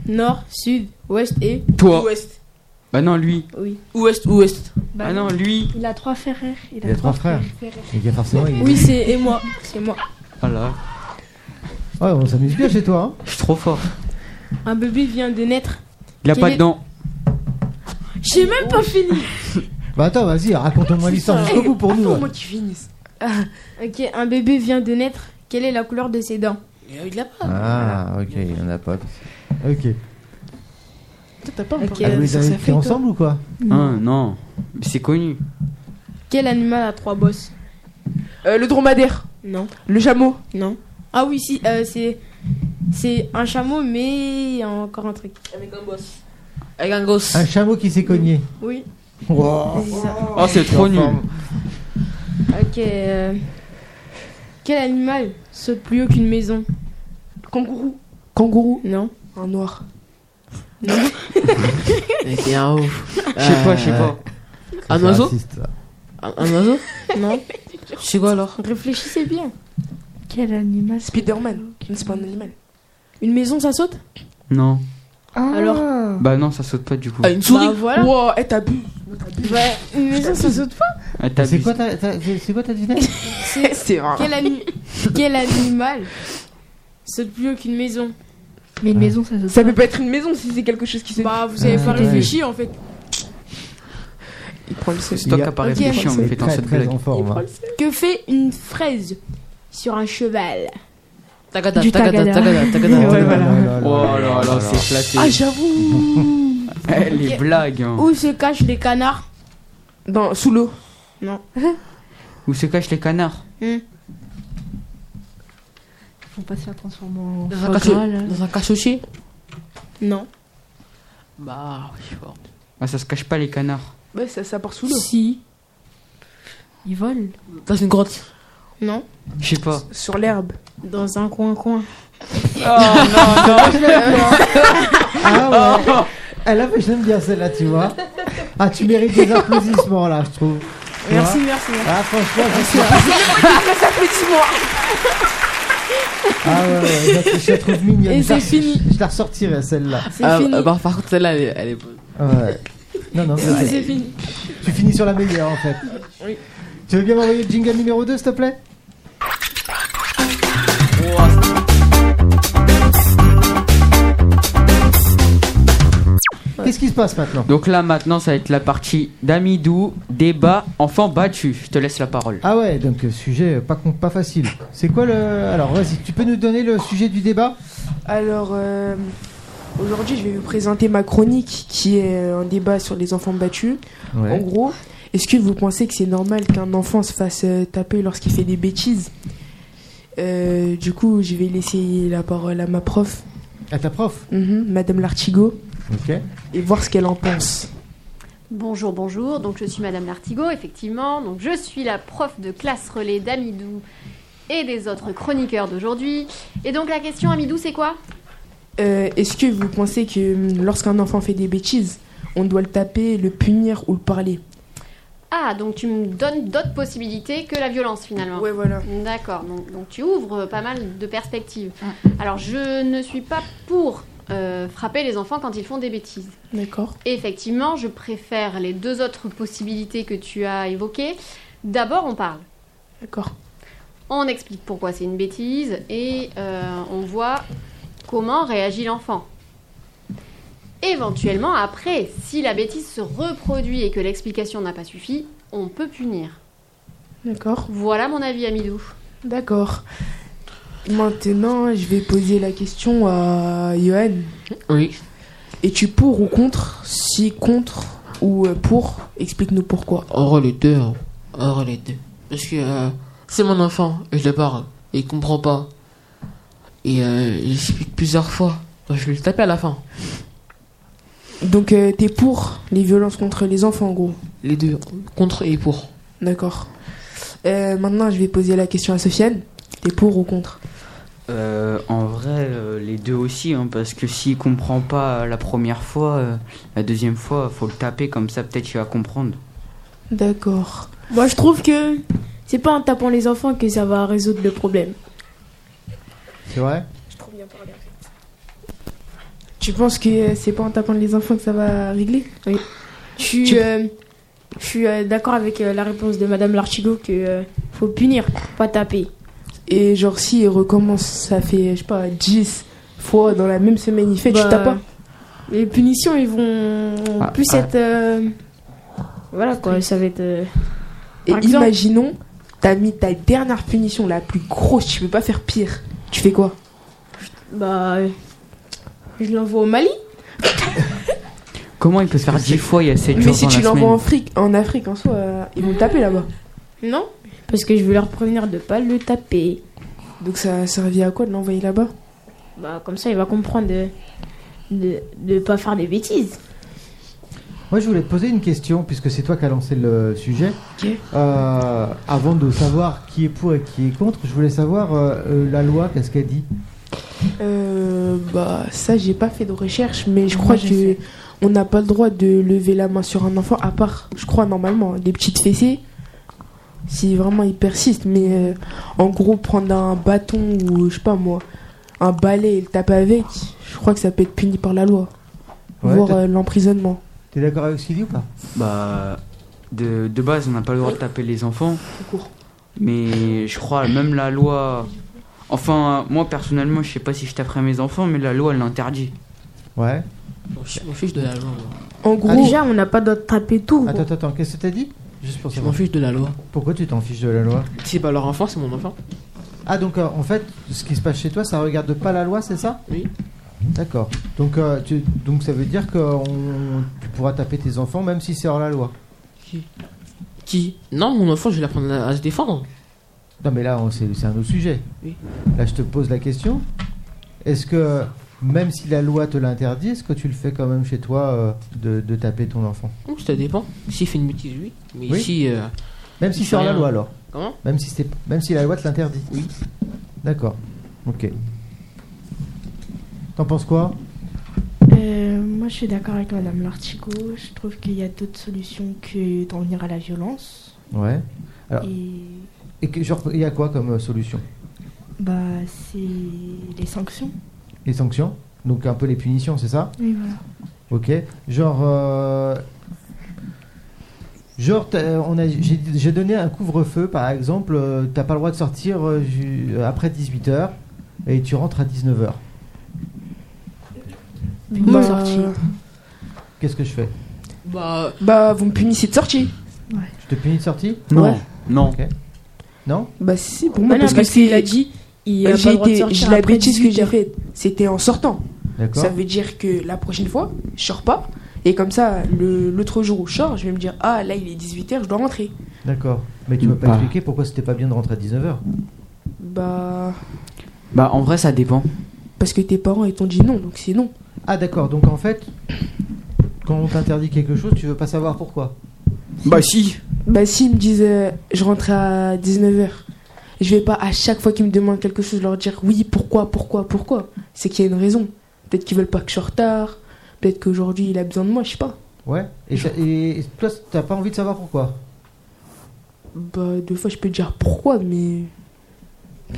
Speaker 3: Nord, sud, ouest et...
Speaker 1: Toi.
Speaker 5: Ouest.
Speaker 1: Bah non, lui.
Speaker 3: Oui.
Speaker 5: Ouest, ouest.
Speaker 11: bah,
Speaker 1: Ah non, lui.
Speaker 11: Il a trois frères.
Speaker 2: Il y a trois frères. Il y a forcément. il-
Speaker 3: Oui, c'est... Et moi. C'est moi.
Speaker 1: Voilà.
Speaker 2: Ouais, on s'amuse bien chez toi. hein.
Speaker 1: Ah Je suis trop fort.
Speaker 3: Un bébé vient de naître.
Speaker 1: Il a
Speaker 3: Quel
Speaker 1: pas
Speaker 3: est-
Speaker 1: de dents.
Speaker 3: J'ai même pas fini.
Speaker 2: Bah attends, vas-y, raconte-moi l'histoire jusqu'au bout pour nous.
Speaker 12: Attends,
Speaker 2: hein.
Speaker 12: moi qui finisse.
Speaker 3: Ok, un bébé vient de naître. Quelle est la couleur de ses dents
Speaker 5: Il y a eu de la part.
Speaker 2: Ah, ok, il y en a pas. Ok.
Speaker 12: Toi, t'as pas un
Speaker 3: Ok.
Speaker 12: portable
Speaker 2: Ah, vous les
Speaker 12: sur
Speaker 2: avez
Speaker 12: sa
Speaker 2: fait
Speaker 12: feuille, toi
Speaker 2: ensemble ou quoi
Speaker 1: Ah, non. Mais C'est connu.
Speaker 3: Quel animal a trois bosses
Speaker 12: Euh, Le dromadaire.
Speaker 3: Non.
Speaker 12: Le chameau.
Speaker 3: Non. Ah oui, si, euh, c'est... C'est un chameau, mais encore un truc.
Speaker 5: Avec un boss. Avec un gosse.
Speaker 1: Ah.
Speaker 2: Un chameau qui s'est cogné.
Speaker 3: Oui.
Speaker 2: Wow.
Speaker 3: c'est ça.
Speaker 1: Oh, c'est trop
Speaker 2: Je suis
Speaker 1: nul.
Speaker 2: en forme.
Speaker 3: Ok. euh, Quel animal saute plus haut qu'une maison
Speaker 12: Kangourou. Kangourou.
Speaker 3: Non.
Speaker 12: Un noir.
Speaker 5: C'était un ouf.
Speaker 1: Je sais pas, je sais pas.
Speaker 5: Un
Speaker 2: C'est
Speaker 5: oiseau
Speaker 2: raciste, ça.
Speaker 5: Un, Euh, un oiseau
Speaker 3: Non.
Speaker 5: C'est quoi alors
Speaker 3: Réfléchissez bien.
Speaker 11: Quel animal
Speaker 12: Spider-Man. Non, C'est pas un animal.
Speaker 3: Une maison, ça saute
Speaker 1: Non.
Speaker 11: Alors
Speaker 1: Bah non, ça saute pas du coup.
Speaker 5: Ah, Une souris
Speaker 3: Bah voilà.
Speaker 12: Wow, eh, t'as bu.
Speaker 3: Ouais, une maison, ça saute pas.
Speaker 1: Ah, t'as
Speaker 2: C'est
Speaker 1: vu-
Speaker 2: quoi ta, ta- c'est c'est quoi ta devinette
Speaker 3: C'est-
Speaker 12: C'est un.
Speaker 3: Quel, ani- Quel animal saute plus haut qu'une maison
Speaker 11: Mais une maison, ça se
Speaker 12: Ça peut pas être une maison si c'est quelque chose qui se.
Speaker 3: Bah, vous avez
Speaker 2: Ah,
Speaker 3: pas
Speaker 2: ouais.
Speaker 3: réfléchi en fait.
Speaker 12: Il prend le
Speaker 1: C'est toi
Speaker 2: Il y
Speaker 1: qui
Speaker 2: a-
Speaker 1: as pas
Speaker 3: Ok.
Speaker 1: réfléchi en
Speaker 2: C'est
Speaker 1: fait dans
Speaker 2: très,
Speaker 1: cette
Speaker 2: très
Speaker 1: blague.
Speaker 2: en forme. hein.
Speaker 3: Que fait une fraise sur un cheval
Speaker 5: Tagada,
Speaker 11: Du
Speaker 5: tagada,
Speaker 11: tagada.
Speaker 5: tagada, tagada.
Speaker 2: Oh là
Speaker 12: voilà.
Speaker 2: là là là
Speaker 1: Oh
Speaker 2: là
Speaker 1: là là,
Speaker 2: là là.
Speaker 1: c'est flatté.
Speaker 12: Ah, j'avoue.
Speaker 1: Eh, Les
Speaker 3: Ok.
Speaker 1: blagues. hein.
Speaker 3: <laughs> Où se cachent les canards
Speaker 12: Dans sous l'eau.
Speaker 1: Où se cachent les canards
Speaker 3: Hmm.
Speaker 11: font pas se faire transformer en
Speaker 5: Dans
Speaker 11: foie
Speaker 5: un
Speaker 11: gras,
Speaker 10: hein.
Speaker 11: là.
Speaker 5: cachot- dans un cachotier
Speaker 3: Non.
Speaker 5: Bah, oui, fort.
Speaker 1: Ah, ça se cache pas les canards.
Speaker 12: Ouais, ça, ça part sous l'eau.
Speaker 3: Si.
Speaker 11: Ils volent.
Speaker 5: Dans une grotte.
Speaker 3: Non.
Speaker 1: Je sais pas.
Speaker 12: Sur l'herbe.
Speaker 3: Dans un coin-coin.
Speaker 2: <laughs> Ah ouais. Elle a fait, j'aime bien celle-là, tu vois. Ah, tu mérites des applaudissements là, je trouve. Tu
Speaker 3: Merci,
Speaker 2: vois
Speaker 3: merci. merci.
Speaker 2: Ah, franchement, je suis. Ah ouais, ouais, je la- je la trouve mignonne.
Speaker 3: Et
Speaker 2: Je la-
Speaker 3: c'est fini.
Speaker 2: Je la ressortirai celle-là.
Speaker 3: C'est
Speaker 5: Ah,
Speaker 3: fini.
Speaker 2: Euh,
Speaker 5: bah, bah, par contre, celle-là, elle, est- elle est bonne.
Speaker 2: Ouais. Non, non,
Speaker 3: C'est-
Speaker 2: allez,
Speaker 3: C'est fini.
Speaker 2: tu finis sur la meilleure en fait.
Speaker 3: Oui.
Speaker 2: Tu veux bien m'envoyer le jingle numéro 2 s'il te plaît Qu'est-ce qui se passe maintenant
Speaker 1: Donc là maintenant ça va être la partie d'Amidou, débat, enfant battu. Je te laisse la parole.
Speaker 2: Ah ouais, donc euh, sujet euh, pas, con- pas facile. C'est quoi le... Alors vas-y, tu peux nous donner le sujet du débat
Speaker 12: Alors, euh, aujourd'hui, je vais vous présenter ma chronique qui est un débat sur les enfants battus. En gros, est-ce que vous pensez que c'est normal qu'un enfant se fasse euh, taper lorsqu'il fait des bêtises Euh, Du coup, je vais laisser la parole à ma prof,
Speaker 2: À ta prof
Speaker 12: mhm, Madame Lartigot,
Speaker 2: Ok.
Speaker 12: et voir ce qu'elle en pense.
Speaker 10: Bonjour, bonjour. Donc, je suis Madame Lartigot, effectivement. Donc, je suis la prof de classe relais d'Amidou et des autres chroniqueurs d'aujourd'hui. Et donc, la question, Amidou, c'est quoi
Speaker 12: Euh, est-ce que vous pensez que hum, lorsqu'un enfant fait des bêtises, on doit le taper, le punir ou le parler
Speaker 10: Ah, donc tu me donnes d'autres possibilités que la violence, finalement.
Speaker 12: Ouais, voilà.
Speaker 10: D'accord, donc, donc tu ouvres euh, pas mal de perspectives. Alors, je ne suis pas pour euh, frapper les enfants quand ils font des bêtises.
Speaker 12: D'accord.
Speaker 10: Et effectivement, je préfère les deux autres possibilités que tu as évoquées. D'abord, on parle.
Speaker 3: D'accord.
Speaker 13: On explique pourquoi c'est une bêtise et euh, on voit comment réagit l'enfant. Éventuellement, après, si la bêtise se reproduit et que l'explication n'a pas suffi, on peut punir.
Speaker 3: D'accord.
Speaker 13: Voilà mon avis, Amidou.
Speaker 3: D'accord. Maintenant, je vais poser la question à Johan.
Speaker 5: Oui.
Speaker 3: Es-tu pour ou contre Si contre ou euh, pour, explique-nous pourquoi.
Speaker 5: Oh, les deux. hein. Oh, les deux. Parce que euh, c'est mon enfant et je le parle. Et il comprend pas. Et euh, j'explique plusieurs fois. Donc, je vais le taper à la fin.
Speaker 3: Donc, euh, t'es pour les violences contre les enfants, en gros
Speaker 5: Les deux, contre et pour.
Speaker 3: D'accord. Euh, maintenant, je vais poser la question à Sofiane. T'es pour ou contre
Speaker 1: Euh, en vrai, euh, les deux aussi, hein, parce que s'il comprend pas la première fois, euh, la deuxième fois, faut le taper comme ça, peut-être il va comprendre.
Speaker 3: D'accord.
Speaker 4: Moi, je trouve que c'est pas en tapant les enfants que ça va résoudre le problème.
Speaker 2: C'est vrai
Speaker 3: Tu penses que euh, c'est pas en tapant les enfants que ça va régler
Speaker 4: Oui. Je suis, euh, je suis euh, d'accord avec euh, la réponse de Madame Lartigot que euh, faut punir, pas taper.
Speaker 3: Et genre, si il recommence, ça fait, je sais pas, 10 fois dans la même semaine, il fait,
Speaker 4: Bah,
Speaker 3: tu tapes pas Ah,
Speaker 4: Les punitions, ils vont plus être. euh, voilà quoi, ça va être. euh,
Speaker 3: Et
Speaker 4: par exemple-
Speaker 3: imaginons, t'as mis ta dernière punition, la plus grosse, tu peux pas faire pire. Tu fais quoi
Speaker 4: bah. euh, Je l'envoie au Mali
Speaker 1: Comment il peut se faire 10 fois il y a 7
Speaker 3: Mais
Speaker 1: jours
Speaker 3: si
Speaker 1: dans
Speaker 3: tu
Speaker 1: la
Speaker 3: l'envoies
Speaker 1: semaine
Speaker 3: en, fric- en Afrique, en soi, euh, ils vont te taper là-bas.
Speaker 4: Non Parce que je veux leur prévenir de pas le taper.
Speaker 3: Donc ça servit à quoi de l'envoyer là-bas
Speaker 4: Bah, comme ça, il va comprendre de. de, de pas faire des bêtises.
Speaker 2: Moi, je voulais te poser une question, puisque c'est toi qui as lancé le sujet.
Speaker 3: Ok.
Speaker 2: Euh, avant de savoir qui est pour et qui est contre, je voulais savoir euh, euh, la loi, qu'est-ce qu'elle dit
Speaker 3: Euh, bah ça j'ai pas fait de recherche mais je
Speaker 10: Moi,
Speaker 3: crois
Speaker 10: j'ai
Speaker 3: que on n'a pas le droit de lever la main sur un enfant à part je crois normalement des petites fessées si vraiment il persiste mais euh, en gros prendre un bâton ou je sais pas moi un balai et le taper avec je crois que ça peut être puni par la loi
Speaker 2: Ouais,
Speaker 3: voire
Speaker 2: t'as-
Speaker 3: euh, l'emprisonnement
Speaker 2: T'es d'accord avec ce qu'il dit ou pas
Speaker 1: Bah, de, de base, on n'a pas le droit de taper les enfants. Mais je crois, même la loi. Enfin, moi personnellement, je sais pas si je taperais mes enfants, mais la loi elle l'interdit.
Speaker 2: Ouais.
Speaker 5: Je m'en fiche de la loi. moi.
Speaker 10: Ah,
Speaker 3: en gros
Speaker 4: Déjà, on n'a pas de taper tout.
Speaker 2: Attends, attends, attends, qu'est-ce que t'as dit Juste pour
Speaker 5: Je m'en
Speaker 2: savoir.
Speaker 5: fiche de la loi.
Speaker 2: Pourquoi tu t'en fiches de la loi
Speaker 5: C'est pas leur enfant, c'est mon enfant.
Speaker 2: Ah, donc euh, en fait, ce qui se passe chez toi, ça regarde pas la loi, c'est ça
Speaker 5: Oui.
Speaker 2: D'accord. Donc, euh, tu- donc ça veut dire que on- tu pourras taper tes enfants même si c'est hors la loi.
Speaker 5: Qui Non, mon enfant, je vais l'apprendre à à se défendre.
Speaker 2: Non, mais là, on- c'est c'est un autre sujet.
Speaker 5: Oui.
Speaker 2: Là, je te pose la question. Est-ce que, même si la loi te l'interdit, est-ce que tu le fais quand même chez toi euh, de, de taper ton enfant
Speaker 5: Oh, ça dépend. S'il fait une bêtise, oui. Mais
Speaker 2: Oui.
Speaker 5: si. euh,
Speaker 2: Même si
Speaker 5: Je
Speaker 2: c'est hors
Speaker 5: fais
Speaker 2: la
Speaker 5: rien.
Speaker 2: loi, alors
Speaker 5: Comment
Speaker 2: Même si, c'est- même si la loi te l'interdit
Speaker 5: Oui.
Speaker 2: D'accord. Ok. T'en penses quoi
Speaker 10: Euh, moi, je suis d'accord avec Madame Lartigot. Je trouve qu'il y a d'autres solutions que d'en venir à la violence.
Speaker 2: Ouais. Ah.
Speaker 10: Et
Speaker 2: Et que, genre, il y a quoi comme euh, solution
Speaker 10: bah, c'est les sanctions.
Speaker 2: Les sanctions Donc un peu les punitions, c'est ça
Speaker 10: Oui, voilà.
Speaker 2: Ok. Genre. euh, Genre, t'as- on a, j'ai, j'ai donné un couvre-feu, par exemple, euh, t'as pas le droit de sortir euh, ju- euh, après 18h et tu rentres à 19h.
Speaker 3: bah,
Speaker 10: sortie.
Speaker 2: Qu'est-ce que je fais
Speaker 5: Bah.
Speaker 3: bah, vous me punissez de sortie
Speaker 2: Je te punis de sortie
Speaker 1: Non,
Speaker 3: Ouais.
Speaker 1: non.
Speaker 2: Ok. Non
Speaker 3: bah si pour
Speaker 4: Bah
Speaker 3: moi
Speaker 4: non,
Speaker 3: parce que
Speaker 4: qu'il a
Speaker 3: c'est Euh,
Speaker 4: dit, il a pas
Speaker 3: j'ai
Speaker 4: le droit de
Speaker 3: été
Speaker 4: sortir
Speaker 3: la
Speaker 4: après
Speaker 3: bêtise que
Speaker 4: 18
Speaker 3: j'ai
Speaker 4: heures.
Speaker 3: faite c'était en sortant
Speaker 2: D'accord.
Speaker 3: Ça veut dire que la prochaine fois, je sors pas. Et comme ça, le- l'autre jour où je sors, je vais me dire Ah, là, il est 18h, je dois rentrer.
Speaker 2: D'accord. Mais tu m'as pas
Speaker 3: Ah.
Speaker 1: Bah.
Speaker 2: expliqué pourquoi c'était pas bien de rentrer à 19h.
Speaker 3: Bah.
Speaker 1: Bah, en vrai, ça dépend.
Speaker 3: Parce que tes parents, ils t'ont dit non, donc c'est non.
Speaker 2: Ah, d'accord. Donc en fait, quand on t'interdit quelque chose, tu veux pas savoir pourquoi.
Speaker 1: Bah, si
Speaker 3: Bah, s'ils me disent euh, Je rentre à 19h, je vais pas à chaque fois qu'ils me demandent quelque chose leur dire Oui, pourquoi, pourquoi, pourquoi C'est qu'il y a une raison. Peut-être qu'ils veulent pas que je sois en retard. Peut-être qu'aujourd'hui, il a besoin de moi, je sais pas.
Speaker 2: Ouais. Et, ça- et toi, t'as pas envie de savoir pourquoi
Speaker 3: Bah, deux fois, je peux dire pourquoi, mais.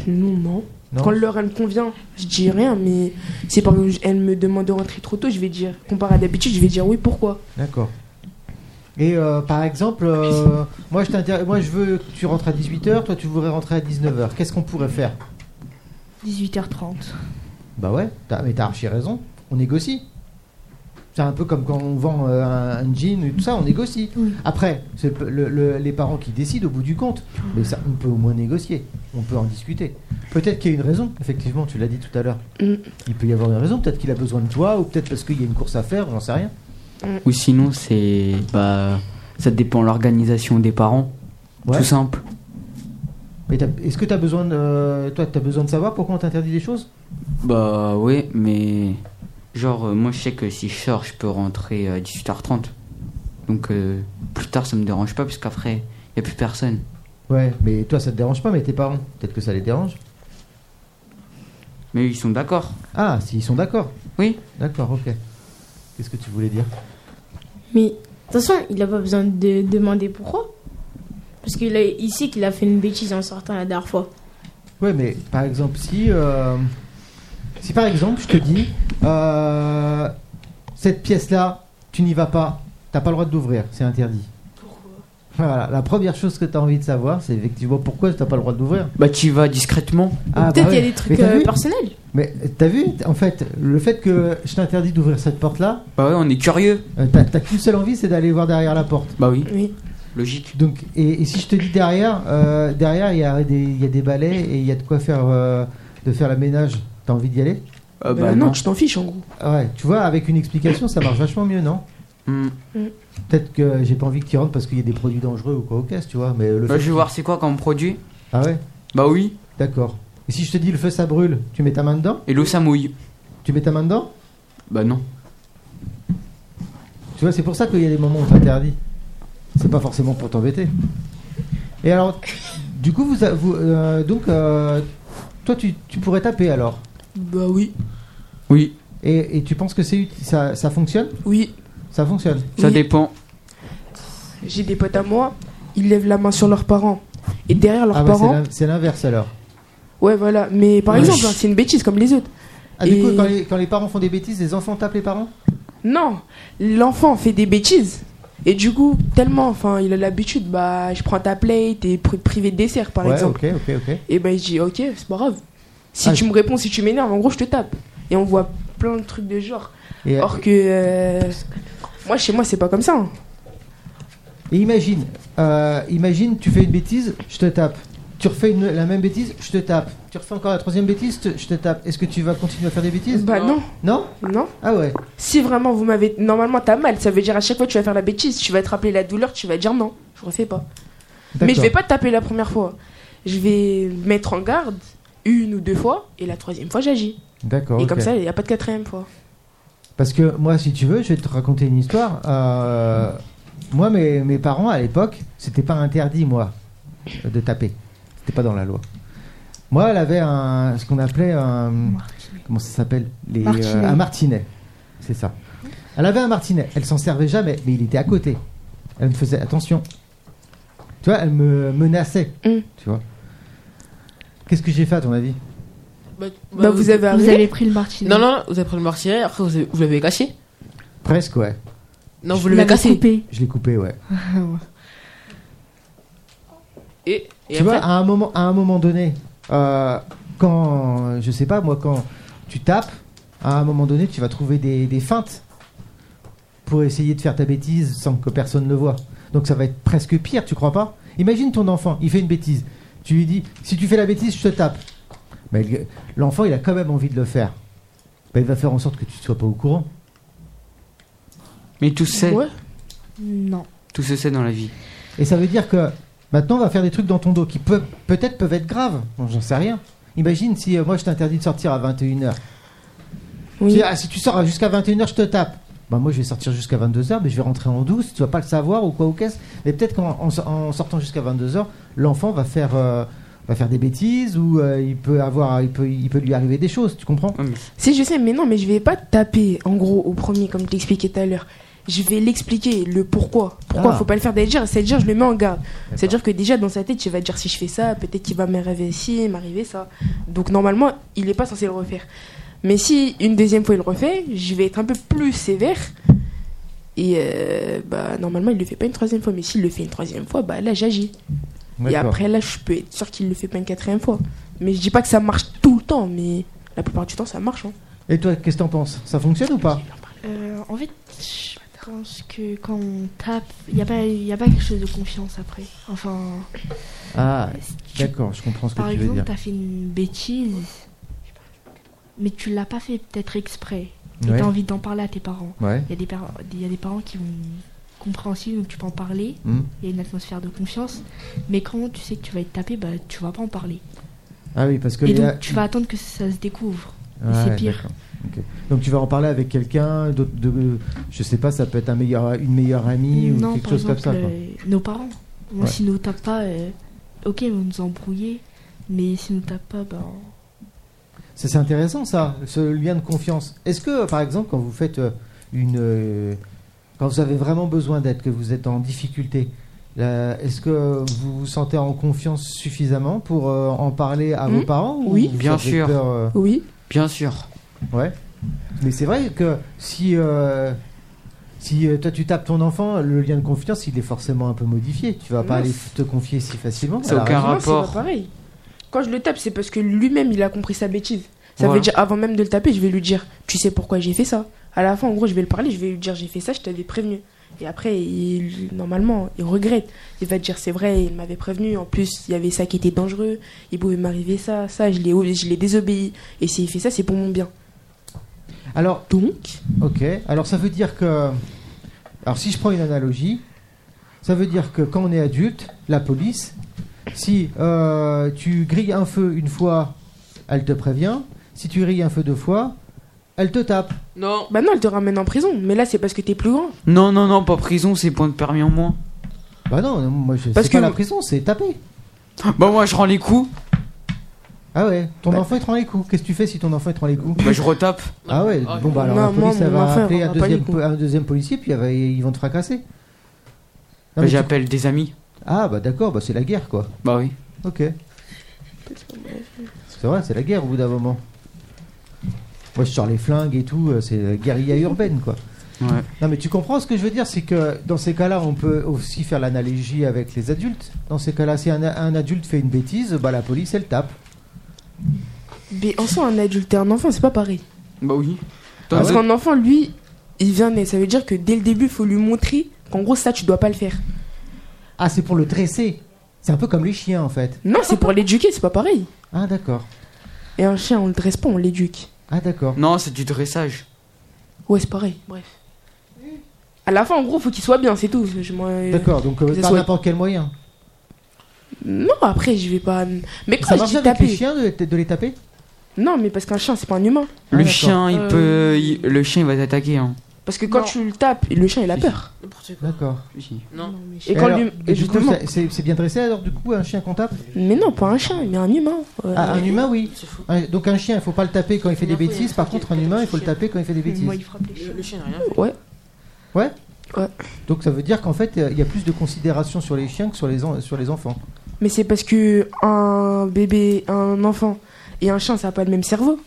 Speaker 3: Non, non.
Speaker 2: Non.
Speaker 3: Quand l'heure elle me convient, je dis rien, mais si par exemple elle me demande de rentrer trop tôt, je vais dire, comparé à d'habitude, je vais dire oui, pourquoi
Speaker 2: D'accord. Et euh, par exemple, euh, moi, je t'inter- moi je veux que tu rentres à 18h, toi tu voudrais rentrer à 19h. Qu'est-ce qu'on pourrait faire
Speaker 10: 18h30.
Speaker 2: Bah ouais, t'as- mais t'as archi raison, on négocie. C'est un peu comme quand on vend euh, un, un jean et tout ça, on négocie. Après, c'est le- le- le- les parents qui décident au bout du compte. Mais ça, on peut au moins négocier, on peut en discuter. Peut-être qu'il y a une raison, effectivement, tu l'as dit tout à l'heure. Il peut y avoir une raison, peut-être qu'il a besoin de toi, ou peut-être parce qu'il y a une course à faire, on n'en sait rien.
Speaker 1: Ou sinon, c'est. Bah, ça dépend de l'organisation des parents.
Speaker 2: Ouais.
Speaker 1: Tout simple.
Speaker 2: Mais t'as- est-ce que tu as besoin de, euh, toi, tu as besoin de savoir pourquoi on t'interdit des choses
Speaker 1: Bah, ouais, mais. Genre, euh, moi, je sais que si je sors, je peux rentrer à 18h30. Donc, euh, plus tard, ça me dérange pas, puisqu'après, il n'y a plus personne.
Speaker 2: Ouais, mais toi, ça te dérange pas, mais tes parents, peut-être que ça les dérange.
Speaker 1: Mais ils sont d'accord.
Speaker 2: Ah, s'ils sont d'accord
Speaker 1: Oui.
Speaker 2: D'accord, ok. Qu'est-ce que tu voulais dire
Speaker 4: Mais de toute façon, il a pas besoin de demander pourquoi. Parce qu'il a- il sait qu'il a fait une bêtise en sortant la dernière fois.
Speaker 2: Ouais, mais par exemple, si. euh, si par exemple, je te dis, euh, cette pièce-là, tu n'y vas pas, t'as pas le droit de l'ouvrir, c'est interdit. Pourquoi Voilà, la première chose que tu as envie de savoir, c'est effectivement pourquoi t'as pas le droit de l'ouvrir.
Speaker 1: Bah, tu y vas discrètement.
Speaker 2: Ah,
Speaker 4: Peut-être qu'il
Speaker 2: bah
Speaker 4: y
Speaker 2: ouais.
Speaker 4: a des
Speaker 2: Mais
Speaker 4: trucs
Speaker 2: t'as
Speaker 4: euh,
Speaker 2: vu
Speaker 4: personnels.
Speaker 2: Mais euh, t'as vu, en fait, le fait que je t'interdis d'ouvrir cette porte-là,
Speaker 1: Bah, ouais, on est curieux.
Speaker 2: euh, t'as t'as qu'une seule envie, c'est d'aller voir derrière la porte.
Speaker 1: Bah, oui.
Speaker 4: Oui.
Speaker 1: Logique.
Speaker 2: Donc, et, et si je te dis derrière, euh, derrière il y, a des- il y a des balais et il y a de quoi faire euh, de faire la ménage. T'as envie d'y aller
Speaker 1: Euh,
Speaker 3: bah, non, tu t'en fiches en gros.
Speaker 2: Ouais, tu vois, avec une explication, ça marche vachement mieux, non
Speaker 1: Hmm.
Speaker 2: Peut-être que j'ai pas envie que tu rentres parce qu'il y a des produits dangereux ou quoi au caisse, tu vois. Mais le
Speaker 1: Bah,
Speaker 2: fait-
Speaker 1: je vais voir c'est quoi comme produit.
Speaker 2: Ah ouais
Speaker 1: Bah oui.
Speaker 2: D'accord. Et si je te dis le feu ça brûle, tu mets ta main dedans
Speaker 1: Et l'eau, ça mouille.
Speaker 2: Tu mets ta main dedans
Speaker 1: Bah, non.
Speaker 2: Tu vois, c'est pour ça qu'il y a des moments où on t'interdit. C'est pas forcément pour t'embêter. Et alors, du coup, vous, a- vous euh, donc, euh, toi, tu, tu pourrais taper alors
Speaker 3: Bah oui.
Speaker 1: Oui.
Speaker 2: Et, et tu penses que c'est ut- ça, ça fonctionne
Speaker 3: Oui.
Speaker 2: Ça fonctionne.
Speaker 1: Ça
Speaker 3: Oui.
Speaker 1: dépend.
Speaker 3: J'ai des potes à moi, ils lèvent la main sur leurs parents. Et derrière leurs
Speaker 2: Ah bah, c'est
Speaker 3: parents.
Speaker 2: l'in- c'est l'inverse alors.
Speaker 3: Ouais, voilà. Mais par
Speaker 2: Ouais.
Speaker 3: exemple, hein, c'est une bêtise comme les autres.
Speaker 2: Ah, du
Speaker 3: Et-
Speaker 2: coup, quand les, quand les parents font des bêtises, les enfants tapent les parents
Speaker 3: Non, l'enfant fait des bêtises. Et du coup, tellement, enfin, il a l'habitude, bah, je prends ta plate et pri- privé de dessert, par
Speaker 2: Ouais,
Speaker 3: exemple.
Speaker 2: ok, ok, ok.
Speaker 3: Et ben, je dis, ok, c'est pas grave. Si
Speaker 2: Ah,
Speaker 3: tu
Speaker 2: je-
Speaker 3: me réponds, si tu m'énerves, en gros, je te tape. Et on voit plein de trucs de genre.
Speaker 2: Et-
Speaker 3: Or que, euh, moi, chez moi, c'est pas comme ça. hein.
Speaker 2: Et imagine, euh, imagine, tu fais une bêtise, je te tape. Tu refais une- la même bêtise, je te tape. Tu refais encore la troisième bêtise, je te- je te tape. Est-ce que tu vas continuer à faire des bêtises
Speaker 3: Bah, non.
Speaker 2: Non
Speaker 3: Non
Speaker 2: Ah ouais.
Speaker 3: Si vraiment vous m'avez. Normalement, t'as mal. Ça veut dire à chaque fois que tu vas faire la bêtise, tu vas te rappeler la douleur, tu vas dire non, je refais pas. Mais je
Speaker 2: D'accord.
Speaker 3: vais pas te taper la première fois. Je vais mettre en garde une ou deux fois, et la troisième fois, j'agis.
Speaker 2: D'accord.
Speaker 3: Et
Speaker 2: ok.
Speaker 3: comme ça, il n'y a pas de quatrième fois.
Speaker 2: Parce que moi, si tu veux, je vais te raconter une histoire. Euh, moi, mes, mes parents, à l'époque, c'était pas interdit, moi, de taper. C'était pas dans la loi. Moi, elle avait un, ce qu'on appelait un. Comment ça s'appelle Les, euh,
Speaker 14: Martinet.
Speaker 2: Un martinet. C'est ça. Elle avait un martinet. Elle s'en servait jamais, mais il était à côté. Elle me faisait attention. Tu vois, elle me menaçait.
Speaker 3: Mm.
Speaker 2: Tu vois. Qu'est-ce que j'ai fait à ton avis
Speaker 5: Bah,
Speaker 3: Bah, vous avez
Speaker 10: Vous avez pris le martinet.
Speaker 5: Non, non, non, vous avez pris le martinet, après vous avez- vous l'avez caché.
Speaker 2: Presque, ouais.
Speaker 5: Non, vous
Speaker 10: Vous
Speaker 5: l'avez
Speaker 10: l'avez
Speaker 5: cassé.
Speaker 10: coupé.
Speaker 2: Je l'ai coupé, Ah ouais.
Speaker 5: Et, et
Speaker 2: tu vois,
Speaker 5: après
Speaker 2: à un moment, à un moment donné, euh, quand, je sais pas moi, quand tu tapes, à un moment donné, tu vas trouver des, des feintes pour essayer de faire ta bêtise sans que personne ne voit. Donc ça va être presque pire, tu crois pas Imagine ton enfant, il fait une bêtise. Tu lui dis, si tu fais la bêtise, je te tape. Mais le- l'enfant, il a quand même envie de le faire. Ben, il va faire en sorte que tu ne sois pas au courant.
Speaker 1: Mais tout se sait.
Speaker 10: Non.
Speaker 1: Tout se sait dans la vie.
Speaker 2: Et ça veut dire que maintenant, on va faire des trucs dans ton dos qui peut- peut-être peuvent être graves. Bon, J'en sais rien. Imagine si euh, moi je t'interdis de sortir à 21h. Tu dis, ah, si tu sors à- jusqu'à 21h, je te tape. Bah, moi je vais sortir jusqu'à 22h, mais je vais rentrer en douce, tu vas pas le savoir ou quoi ou qu'est-ce. Mais peut-être qu'en en so- en sortant jusqu'à 22h, l'enfant va faire. euh, va faire des bêtises ou euh, il peut avoir il peut il peut lui arriver des choses tu comprends
Speaker 3: Si je sais, mais non, mais je vais pas te taper en gros au premier comme je t'expliquais tout à l'heure. Je vais l'expliquer le pourquoi. Pourquoi
Speaker 2: Ah.
Speaker 3: faut pas le faire déjà C'est-à-dire je le mets en garde. C'est-à-dire que déjà dans sa tête, tu vas dire si je fais ça, peut-être qu'il va m'arriver ci, m'arriver ça. Donc normalement, il est pas censé le refaire. Mais si une deuxième fois il le refait, je vais être un peu plus sévère. Et euh, bah, normalement, il le fait pas une troisième fois. Mais s'il le fait une troisième fois, bah, là, j'agis. Et
Speaker 2: D'accord.
Speaker 3: après, là, je peux être sûr qu'il le fait pas une quatrième fois. Mais je dis pas que ça marche tout le temps, mais la plupart du temps, ça marche. hein.
Speaker 2: Et toi, qu'est-ce que t'en penses Ça fonctionne ou pas
Speaker 10: Euh, en fait, je pense que quand on tape, il n'y a, pas- y a pas quelque chose de confiance après. Enfin,
Speaker 2: Ah, d'accord, je comprends ce que
Speaker 10: par
Speaker 2: tu veux
Speaker 10: exemple,
Speaker 2: dire.
Speaker 10: tu as fait une bêtise, mais tu l'as pas fait peut-être exprès. Et
Speaker 2: Ouais.
Speaker 10: tu as envie d'en parler à tes parents. Il
Speaker 2: Ouais.
Speaker 10: y, a des par- y a des parents qui vont compréhensibles, donc tu peux en parler. Il
Speaker 2: Mm.
Speaker 10: y a une atmosphère de confiance. Mais quand tu sais que tu vas être tapé, bah, tu vas pas en parler.
Speaker 2: Ah oui, parce que les-
Speaker 10: Et donc, tu vas attendre que ça se découvre. Et
Speaker 2: Ouais,
Speaker 10: c'est pire.
Speaker 2: d'accord. Ok. Donc tu vas en parler avec quelqu'un, d'autre- de, je sais pas, ça peut être un meilleur, une meilleure amie ou
Speaker 10: non,
Speaker 2: quelque
Speaker 10: par
Speaker 2: chose
Speaker 10: exemple,
Speaker 2: comme ça. quoi.
Speaker 10: euh, nos parents. Moi,
Speaker 2: Ouais.
Speaker 10: s'ils nous tapent pas, euh, ok, ils vont nous embrouiller. Mais s'ils nous tapent pas, ben.
Speaker 2: Ça, c'est intéressant, ça, ce lien de confiance. Est-ce que, par exemple, quand vous faites euh, une. euh, quand vous avez vraiment besoin d'aide, que vous êtes en difficulté, là, est-ce que vous vous sentez en confiance suffisamment pour euh, en parler à
Speaker 1: Hmm
Speaker 2: vos parents ou
Speaker 1: Oui.
Speaker 2: vous
Speaker 1: Bien
Speaker 2: avez
Speaker 1: sûr.
Speaker 2: peur, euh,
Speaker 3: Oui.
Speaker 1: Bien sûr.
Speaker 2: Ouais. Mais c'est vrai que si. euh, si euh, toi tu tapes ton enfant, le lien de confiance il est forcément un peu modifié. Tu vas pas
Speaker 3: Non,
Speaker 2: aller
Speaker 3: c'est-
Speaker 2: te confier si facilement.
Speaker 1: Ça
Speaker 2: Elle a
Speaker 1: aucun
Speaker 2: raison.
Speaker 3: Moi, c'est pas
Speaker 1: rapport.
Speaker 3: pareil. Quand je le tape, c'est parce que lui-même, il a compris sa bêtise. Ça
Speaker 1: Voilà.
Speaker 3: veut dire, avant même de le taper, je vais lui dire, tu sais pourquoi j'ai fait ça. À la fin, en gros, je vais le parler, je vais lui dire, j'ai fait ça, je t'avais prévenu. Et après, il, normalement, il regrette. Il va te dire, c'est vrai, il m'avait prévenu. En plus, il y avait ça qui était dangereux. Il pouvait m'arriver ça, ça, je l'ai, je l'ai désobéi. Et s'il fait ça, c'est pour mon bien.
Speaker 2: Alors
Speaker 3: donc.
Speaker 2: Ok. Alors ça veut dire que. Alors si je prends une analogie, ça veut dire que quand on est adulte, la police, si euh, tu grilles un feu une fois, elle te prévient. Si tu grilles un feu deux fois, elle te tape.
Speaker 3: Non. Bah non, elle te ramène en prison. Mais là, c'est parce que t'es plus grand.
Speaker 1: Non, non, non, pas prison, c'est point de permis en moins.
Speaker 2: Bah non, moi je
Speaker 1: Parce
Speaker 2: c'est pas
Speaker 1: que-
Speaker 2: la prison, c'est taper.
Speaker 1: Bah moi je rends les coups,
Speaker 2: Ah ouais, ton enfant il te rend les coups. Qu'est-ce que tu fais si ton enfant il te rend les coups
Speaker 1: bah je
Speaker 3: <laughs>
Speaker 1: retape.
Speaker 2: Ah ouais, bon bah alors
Speaker 1: Non,
Speaker 2: la police
Speaker 1: moi,
Speaker 2: elle
Speaker 1: mon
Speaker 2: va
Speaker 1: enfant, il
Speaker 2: appeler
Speaker 1: rend
Speaker 2: un
Speaker 1: pas les
Speaker 2: deuxième,
Speaker 1: coups.
Speaker 2: un deuxième policier puis elle va- ils vont te fracasser. Non,
Speaker 1: Bah,
Speaker 2: mais tu-
Speaker 1: j'appelle des amis.
Speaker 2: Ah bah d'accord, bah c'est la guerre quoi.
Speaker 1: Bah oui.
Speaker 2: Ok. C'est vrai, c'est la guerre au bout d'un moment. Moi, je sors les flingues et tout, euh, c'est la guérilla urbaine, quoi.
Speaker 1: Ouais.
Speaker 2: Non, mais tu comprends ce que je veux dire, c'est que dans ces cas-là, on peut aussi faire l'analogie avec les adultes. Dans ces cas-là, si un, un adulte fait une bêtise, bah la police, elle tape.
Speaker 3: Mais en soi, un adulte et un enfant, c'est pas pareil.
Speaker 2: Ah
Speaker 1: Bah oui.
Speaker 3: Ah, Parce qu'un enfant, lui, il vient naître. Ça veut dire que dès le début, il faut lui montrer qu'en gros, ça, tu dois pas le faire.
Speaker 2: Ah, c'est pour le dresser. C'est un peu comme les chiens, en fait.
Speaker 3: Non, c'est pour l'éduquer, c'est pas pareil.
Speaker 2: Ah, d'accord.
Speaker 3: Et un chien, on le dresse pas, on l'éduque.
Speaker 2: Ah, d'accord.
Speaker 1: Non, c'est du dressage.
Speaker 3: Ah, Ouais, c'est pareil, bref. À la fin, en gros, faut qu'il soit bien, c'est tout. Je m'en-
Speaker 2: D'accord, donc
Speaker 3: que
Speaker 2: euh,
Speaker 3: ce
Speaker 2: par
Speaker 3: soit-
Speaker 2: n'importe quel moyen.
Speaker 3: Non, après, je vais pas. Mais quand
Speaker 2: Ça
Speaker 3: je
Speaker 2: marche
Speaker 3: dis
Speaker 2: avec les
Speaker 3: taper.
Speaker 2: chiens de, de les taper
Speaker 3: Non, mais parce qu'un chien, c'est pas un humain.
Speaker 1: Le chien, il
Speaker 3: Euh,
Speaker 1: peut, il- le chien, il va t'attaquer. Hein.
Speaker 3: Parce que quand tu le tapes, le chien, il a peur.
Speaker 2: D'accord.
Speaker 5: Non.
Speaker 3: Et quand
Speaker 2: alors-
Speaker 3: lui-
Speaker 2: et du coup,
Speaker 3: justement-
Speaker 2: ça- c'est c'est bien dressé, alors, du coup, un chien qu'on tape
Speaker 3: Mais non, pas un chien, mais un humain. Ouais.
Speaker 2: Ah, un humain, oui. Un- donc un chien, il faut pas le taper quand il fait des bêtises. Par contre, un humain, il faut le taper quand il fait des bêtises.
Speaker 10: Moi, il frappe les chiens.
Speaker 5: Le chien n'a rien
Speaker 3: Ouais.
Speaker 2: Ouais
Speaker 3: Ouais.
Speaker 2: Donc ça veut dire qu'en fait, euh, il y a plus de considération sur les chiens que sur les, en- sur les enfants.
Speaker 3: Mais c'est parce que un bébé, un enfant et un chien, ça n'a pas le même cerveau.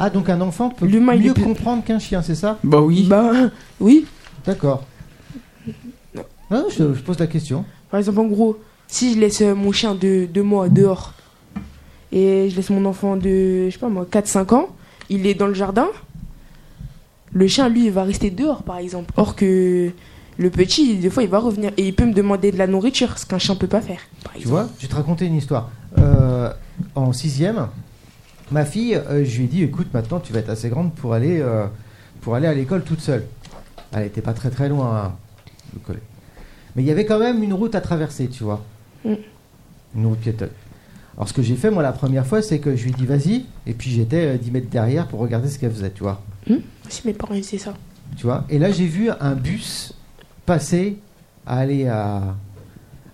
Speaker 2: Ah, donc un enfant peut
Speaker 3: L'humain, il est
Speaker 2: mieux
Speaker 3: plus-
Speaker 2: comprendre qu'un chien, c'est ça
Speaker 1: Bah oui.
Speaker 3: Bah oui.
Speaker 2: D'accord. Non, non, je, je pose la question.
Speaker 3: Par exemple, en gros, si je laisse euh, mon chien de deux mois dehors et je laisse mon enfant de, je sais pas moi, 4-5 ans, il est dans le jardin, le chien, lui, il va rester dehors, par exemple. Or que le petit, des fois, il va revenir et il peut me demander de la nourriture, ce qu'un chien peut pas faire.
Speaker 2: Tu vois, je vais te raconter une histoire. Euh, en sixième, ma fille, euh, je lui ai dit, écoute, maintenant tu vas être assez grande pour aller, euh, pour aller à l'école toute seule. Elle était pas très très loin, hein, le collège. Mais il y avait quand même une route à traverser, tu vois.
Speaker 3: Mm.
Speaker 2: Une route piétonne. Alors ce que j'ai fait, moi, la première fois, c'est que je lui ai dit, vas-y, et puis j'étais euh, 10 mètres derrière pour regarder ce qu'elle faisait, tu vois.
Speaker 3: Si mes parents, ils faisaient ça.
Speaker 2: Tu vois Et là, j'ai vu un bus passer, aller à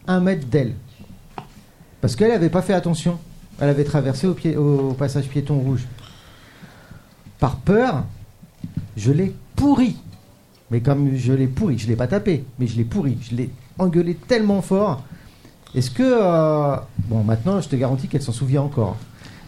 Speaker 2: un mètre d'elle. Parce qu'elle n'avait pas fait attention. Elle avait traversé au, pied, au passage piéton rouge. Par peur, je l'ai pourri. Mais comme je l'ai pourri, je l'ai pas tapé, mais je l'ai pourri. Je l'ai engueulé tellement fort. Est-ce que. euh, bon, maintenant, je te garantis qu'elle s'en souvient encore.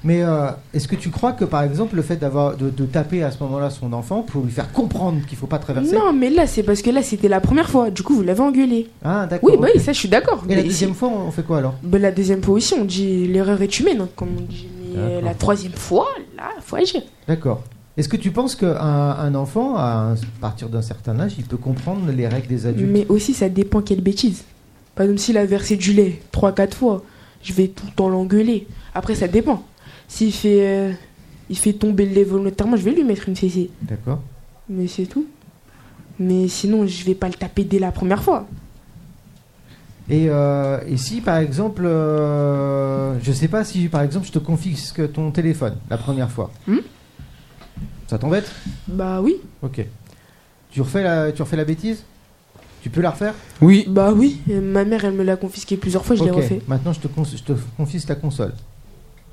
Speaker 2: Mais euh, est-ce que tu crois que, par exemple, le fait d'avoir de, de taper à ce moment-là son enfant pour lui faire comprendre qu'il faut pas traverser
Speaker 3: Non, mais là, c'est parce que là, c'était la première fois. Du coup, vous l'avez engueulé.
Speaker 2: Ah, d'accord.
Speaker 3: Oui, bah
Speaker 2: ok.
Speaker 3: oui, ça, je suis d'accord.
Speaker 2: Et la
Speaker 3: Mais
Speaker 2: deuxième
Speaker 3: c'est-
Speaker 2: fois, on fait quoi alors
Speaker 3: bah, La deuxième fois aussi, on dit l'erreur est humaine, hein, comme on dit. Mais euh, la troisième fois, là, faut agir.
Speaker 2: D'accord. Est-ce que tu penses qu'un un enfant, à un- partir d'un certain âge, il peut comprendre les règles des adultes
Speaker 3: Mais aussi, ça dépend quelle bêtise. Par exemple, s'il a versé du lait 3-4 fois, je vais tout le temps l'engueuler. Après, ça dépend. S'il fait, euh, il fait tomber le lait volontairement, je vais lui mettre une fessée.
Speaker 2: D'accord.
Speaker 3: Mais c'est tout. Mais sinon, je vais pas le taper dès la première fois.
Speaker 2: Et, euh, et si, par exemple, euh, je sais pas si, par exemple, je te confisque ton téléphone la première fois,
Speaker 3: Hmm
Speaker 2: ça t'embête
Speaker 3: Bah oui.
Speaker 2: Ok. Tu refais la, tu refais la bêtise Tu peux la refaire
Speaker 1: Oui.
Speaker 3: Bah oui. Euh, Ma mère, elle me l'a confisqué plusieurs fois, je l'ai
Speaker 2: Ok.
Speaker 3: refait.
Speaker 2: Maintenant, je te, cons- je te confisque ta console.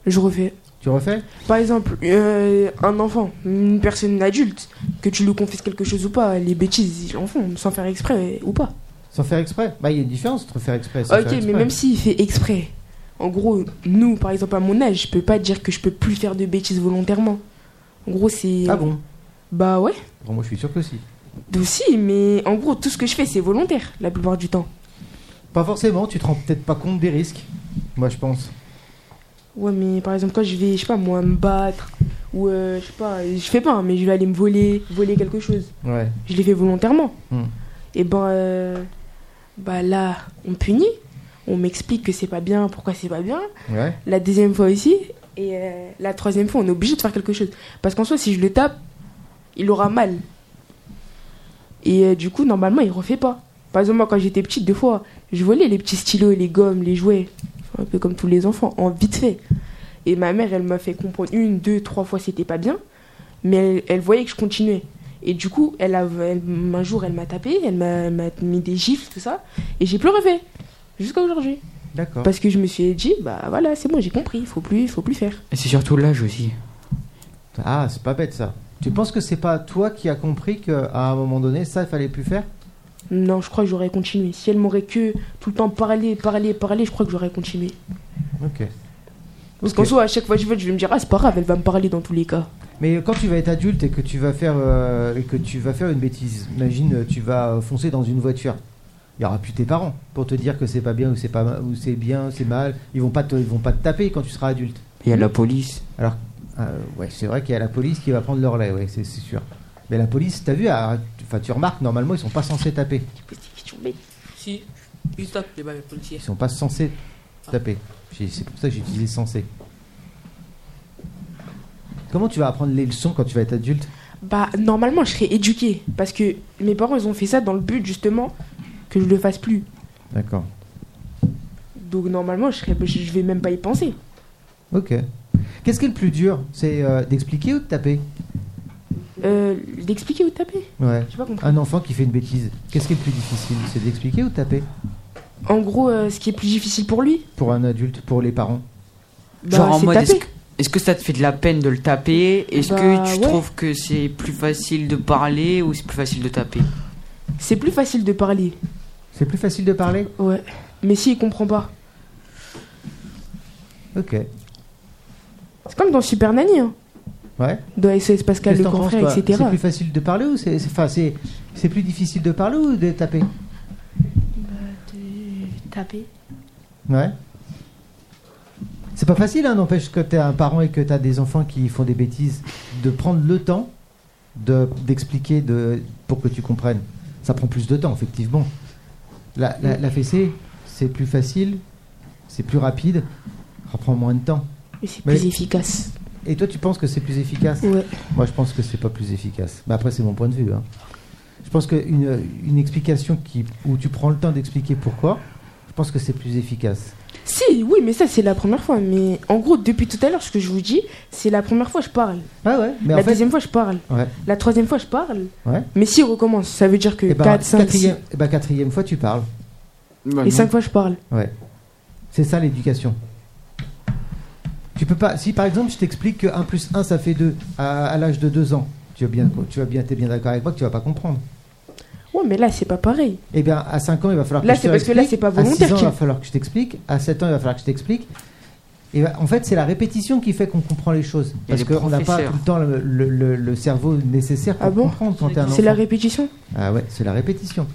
Speaker 3: Je refais.
Speaker 2: Tu refais
Speaker 3: Par exemple, euh, un enfant, une personne adulte, que tu lui confisques quelque chose ou pas, les bêtises, ils en font, sans faire exprès euh, ou pas.
Speaker 2: Sans faire exprès Bah, il y a une différence entre faire exprès et sans
Speaker 3: Ok,
Speaker 2: faire
Speaker 3: mais
Speaker 2: exprès.
Speaker 3: même s'il fait exprès, en gros, nous, par exemple, à mon âge, je peux pas dire que je peux plus faire de bêtises volontairement. En gros, c'est.
Speaker 2: Ah bon
Speaker 3: Bah ouais,
Speaker 2: Bon, moi, je suis sûr que si.
Speaker 3: aussi, mais en gros, tout ce que je fais, c'est volontaire, la plupart du temps.
Speaker 2: Pas forcément, tu te rends peut-être pas compte des risques. Moi, je pense.
Speaker 3: Ouais, mais par exemple, quand je vais, je sais pas, moi, me battre, ou euh, je sais pas, je fais pas, hein, mais je vais aller me voler, voler quelque chose.
Speaker 2: Ouais.
Speaker 3: Je l'ai fait volontairement.
Speaker 2: Hmm.
Speaker 3: Et ben, euh, bah là, on me punit, on m'explique que c'est pas bien, pourquoi c'est pas bien.
Speaker 2: Ouais.
Speaker 3: La deuxième fois aussi, et euh, la troisième fois, on est obligé de faire quelque chose. Parce qu'en soi, si je le tape, il aura mal. Et euh, du coup, normalement, il refait pas. Par exemple, moi, quand j'étais petite, deux fois, je volais les petits stylos, les gommes, les jouets, un peu comme tous les enfants, en vite fait. Et ma mère, elle m'a fait comprendre une, deux, trois fois, c'était pas bien, mais elle, elle voyait que je continuais. Et du coup, elle a, elle- un jour, elle m'a tapé, elle m'a elle m'a mis des gifles, tout ça, et j'ai plus refait, jusqu'à aujourd'hui.
Speaker 2: D'accord.
Speaker 3: Parce que je me suis dit, bah voilà, c'est bon, j'ai compris, faut plus, faut plus faire.
Speaker 1: Et c'est surtout l'âge aussi.
Speaker 2: Ah, c'est pas bête ça. Tu penses que c'est pas toi qui as compris qu'à un moment donné, ça, il fallait plus faire
Speaker 3: Non, je crois que j'aurais continué. Si elle m'aurait que tout le temps parlé, parlé, parlé, je crois que j'aurais continué.
Speaker 2: Ok.
Speaker 3: Parce
Speaker 2: Ok.
Speaker 3: qu'en soi, à chaque fois que je vais, je vais me dire, ah, c'est pas grave, elle va me parler dans tous les cas.
Speaker 2: Mais quand tu vas être adulte et que tu vas faire euh, et que tu vas faire une bêtise, imagine euh, tu vas euh, foncer dans une voiture. Il y aura plus tes parents pour te dire que c'est pas bien ou c'est pas ma- ou c'est bien, c'est mal. Ils vont pas te, ils vont pas te taper quand tu seras adulte.
Speaker 1: Il y a la police.
Speaker 2: Alors euh, ouais, c'est vrai qu'il y a la police qui va prendre leur relais, ouais, c'est c'est sûr. Mais la police, t'as vu, ah, tu- enfin tu remarques normalement ils sont pas censés taper.
Speaker 5: Si, ils tapent les balles les policiers.
Speaker 2: Ils sont pas censés taper. J'ai- C'est pour ça que j'ai utilisé censé. Comment tu vas apprendre les leçons quand tu vas être adulte
Speaker 3: Bah, normalement, je serais éduquée. Parce que mes parents, ils ont fait ça dans le but, justement, que je le fasse plus.
Speaker 2: D'accord.
Speaker 3: Donc, normalement, je, serais, je je vais même pas y penser.
Speaker 2: Ok. Qu'est-ce qui est le plus dur C'est euh, d'expliquer ou de taper
Speaker 3: Euh, d'expliquer ou de taper
Speaker 2: Ouais.
Speaker 3: J'ai pas compris.
Speaker 1: Ah.
Speaker 2: Un enfant qui fait une bêtise, qu'est-ce qui est le plus difficile C'est d'expliquer ou de taper
Speaker 3: En gros, euh, ce qui est plus difficile pour lui,
Speaker 2: Pour un adulte, pour les parents
Speaker 3: Bah,
Speaker 1: Genre en
Speaker 3: c'est
Speaker 1: mode,
Speaker 3: taper.
Speaker 1: est-ce que, est-ce que ça te fait de la peine de le taper Est-ce
Speaker 3: Bah,
Speaker 1: que tu
Speaker 3: ouais.
Speaker 1: trouves que c'est plus facile de parler ou c'est plus facile de taper
Speaker 3: c'est plus facile de parler.
Speaker 2: C'est plus facile de parler
Speaker 3: Ouais. Mais si, il comprend pas.
Speaker 2: Ok.
Speaker 3: C'est comme dans Super Nanny, hein.
Speaker 2: Ouais.
Speaker 3: Dans SOS Pascal,
Speaker 2: Qu'est-ce
Speaker 3: le
Speaker 2: que t'en
Speaker 3: grand
Speaker 2: penses,
Speaker 3: frère,
Speaker 2: toi
Speaker 3: etc.
Speaker 2: C'est plus facile de parler ou c'est. c'est- Enfin, c'est. C'est plus difficile de parler ou de taper
Speaker 10: Bah, de taper.
Speaker 2: Ouais. C'est pas facile, hein, n'empêche que t'es un parent et que t'as des enfants qui font des bêtises, de prendre le temps de d'expliquer de, pour que tu comprennes. Ça prend plus de temps, effectivement. La, la, la fessée, c'est plus facile, c'est plus rapide, ça prend moins de temps.
Speaker 3: Mais c'est
Speaker 2: Mais-
Speaker 3: plus efficace.
Speaker 2: Et toi, tu penses que c'est plus efficace
Speaker 3: Ouais.
Speaker 2: Moi, je pense que c'est pas plus efficace. Mais après, c'est mon point de vue. hein. Je pense qu'une une explication qui, où tu prends le temps d'expliquer pourquoi, je pense que c'est plus efficace.
Speaker 3: Si, oui, mais ça, c'est la première fois. Mais en gros, depuis tout à l'heure, ce que je vous dis, c'est la première fois, je parle.
Speaker 2: Ah ouais Mais
Speaker 3: la
Speaker 2: en fait,
Speaker 3: deuxième fois, je parle.
Speaker 2: Ouais.
Speaker 3: La troisième fois, je parle.
Speaker 2: Ouais.
Speaker 3: Mais si, recommence. Ça veut dire que
Speaker 2: Et
Speaker 3: 4, 5, 6.
Speaker 2: Eh quatrième, eh ben, quatrième fois, tu parles.
Speaker 3: Et 5 fois, je parle.
Speaker 2: Ouais. C'est ça l'éducation. Tu peux pas. Si par exemple, je t'explique que 1 plus 1, ça fait 2 à, à l'âge de 2 ans, tu vas bien, tu vas bien, t'es bien d'accord avec moi que tu vas pas comprendre.
Speaker 3: Ouais, mais là, c'est pas pareil.
Speaker 2: Eh bien, à 5 ans, il va falloir
Speaker 3: Là,
Speaker 2: que je
Speaker 3: c'est
Speaker 2: te
Speaker 3: parce que là,
Speaker 2: l'explique.
Speaker 3: c'est pas
Speaker 2: À 6
Speaker 3: volontaire
Speaker 2: ans, il va
Speaker 3: qu'il-
Speaker 2: falloir que je t'explique. À 7 ans, il va falloir que je t'explique. Et ben, en fait, c'est la répétition qui fait qu'on comprend les choses.
Speaker 1: Et
Speaker 2: Parce
Speaker 1: les
Speaker 2: qu'on n'a pas tout
Speaker 1: professeurs.
Speaker 2: le temps le, le- le- le cerveau nécessaire pour comprendre quand t'es un enfant.
Speaker 3: Ah C'est la répétition
Speaker 2: Ah ouais, c'est la répétition.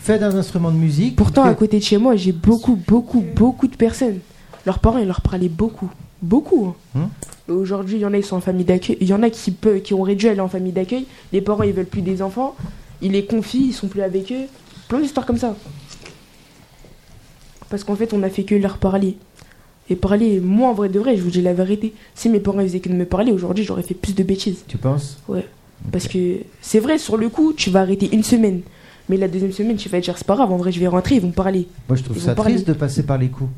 Speaker 2: Fait d'un instrument de musique.
Speaker 3: Pourtant, à côté de chez moi, j'ai beaucoup, beaucoup, beaucoup de personnes. Leurs parents, ils leur parlaient beaucoup. Beaucoup. hein. Et Aujourd'hui, il y en a qui sont en famille d'accueil. Il y en a qui, peuvent, qui auraient dû aller en famille d'accueil. Les parents, ils veulent plus des enfants. Ils les confient, ils sont plus avec eux. Plein d'histoires comme ça. Parce qu'en fait, on a fait que leur parler. Et parler, moi, en vrai de vrai, je vous dis la vérité. Si mes parents ils faisaient que de me parler, aujourd'hui, j'aurais fait plus de bêtises.
Speaker 2: Tu penses
Speaker 3: Ouais. Parce que c'est vrai, sur le coup, tu vas arrêter une semaine. Mais la deuxième semaine, tu vas dire, c'est pas grave, en vrai, je vais rentrer, ils vont me parler.
Speaker 2: Moi, je trouve
Speaker 3: Ils
Speaker 2: ça
Speaker 3: vont parler.
Speaker 2: triste de passer par les coups.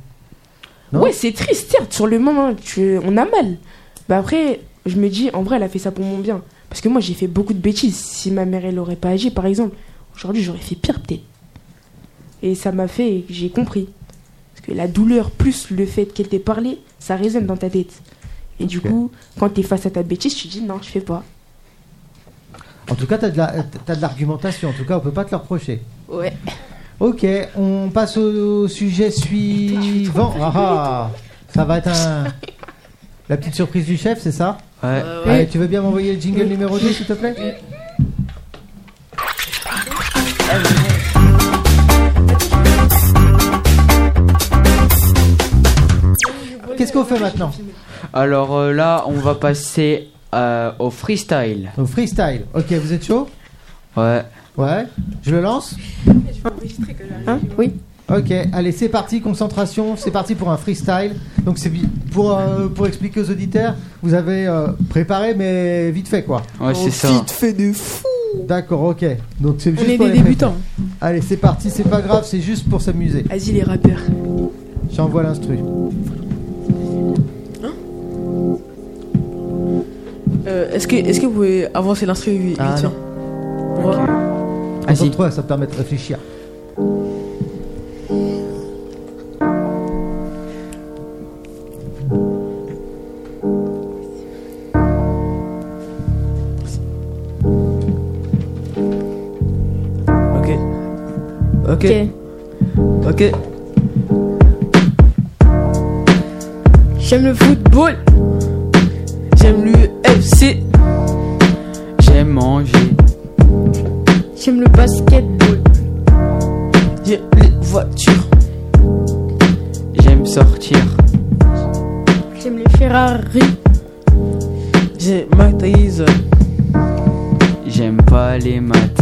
Speaker 2: Non
Speaker 3: ouais, c'est triste, certes, sur le moment, tu... on a mal. Bah après, je me dis, en vrai, elle a fait ça pour mon bien. Parce que moi, j'ai fait beaucoup de bêtises. Si ma mère, elle aurait pas agi, par exemple, aujourd'hui, j'aurais fait pire, peut-être. Et ça m'a fait, j'ai compris. Parce que la douleur plus le fait qu'elle t'ait parlé, ça résonne dans ta tête. Et du coup, quand t'es face à ta bêtise, tu te dis, non, je fais pas.
Speaker 2: En tout cas, t'as de la- t'as de l'argumentation. en tout cas, on peut pas te le reprocher.
Speaker 3: Ouais.
Speaker 2: Ok, on passe au sujet suivant. Ah, ah, ça va être un... la petite surprise du chef, c'est ça
Speaker 1: Ouais.
Speaker 2: Allez, tu veux bien m'envoyer le jingle numéro 2, s'il te plaît Qu'est-ce qu'on fait maintenant
Speaker 1: Alors euh, là, on va passer euh, au freestyle.
Speaker 2: Au freestyle. Ok, vous êtes chaud
Speaker 1: Ouais.
Speaker 2: Ouais. Je le lance Hein
Speaker 3: Oui.
Speaker 2: Ok, allez, c'est parti, concentration, c'est parti pour un freestyle. Donc c'est bi- pour, euh, pour expliquer aux auditeurs, vous avez euh, préparé mais vite fait quoi.
Speaker 1: Ouais, c'est ça. Vite
Speaker 2: fait de fou. D'accord, ok. Donc c'est juste
Speaker 3: est
Speaker 2: pour
Speaker 3: des
Speaker 2: les préparer.
Speaker 3: débutants.
Speaker 2: Allez, c'est parti, c'est pas grave, c'est juste pour s'amuser.
Speaker 3: Vas-y les rappeurs.
Speaker 2: J'envoie l'instru.
Speaker 14: Euh, est-ce que, est-ce que vous pouvez avancer l'instru vite
Speaker 2: Ah,
Speaker 14: fait
Speaker 2: non.
Speaker 14: Pour-
Speaker 2: Concentre-toi, ça te permet de réfléchir.
Speaker 7: Ok. Ok. Ok.
Speaker 14: J'aime le football. J'aime l'UFC.
Speaker 1: J'aime manger.
Speaker 14: J'aime le basketball. J'aime les voitures.
Speaker 1: J'aime sortir.
Speaker 14: J'aime les Ferrari. J'aime Matisse.
Speaker 1: J'aime pas les maths.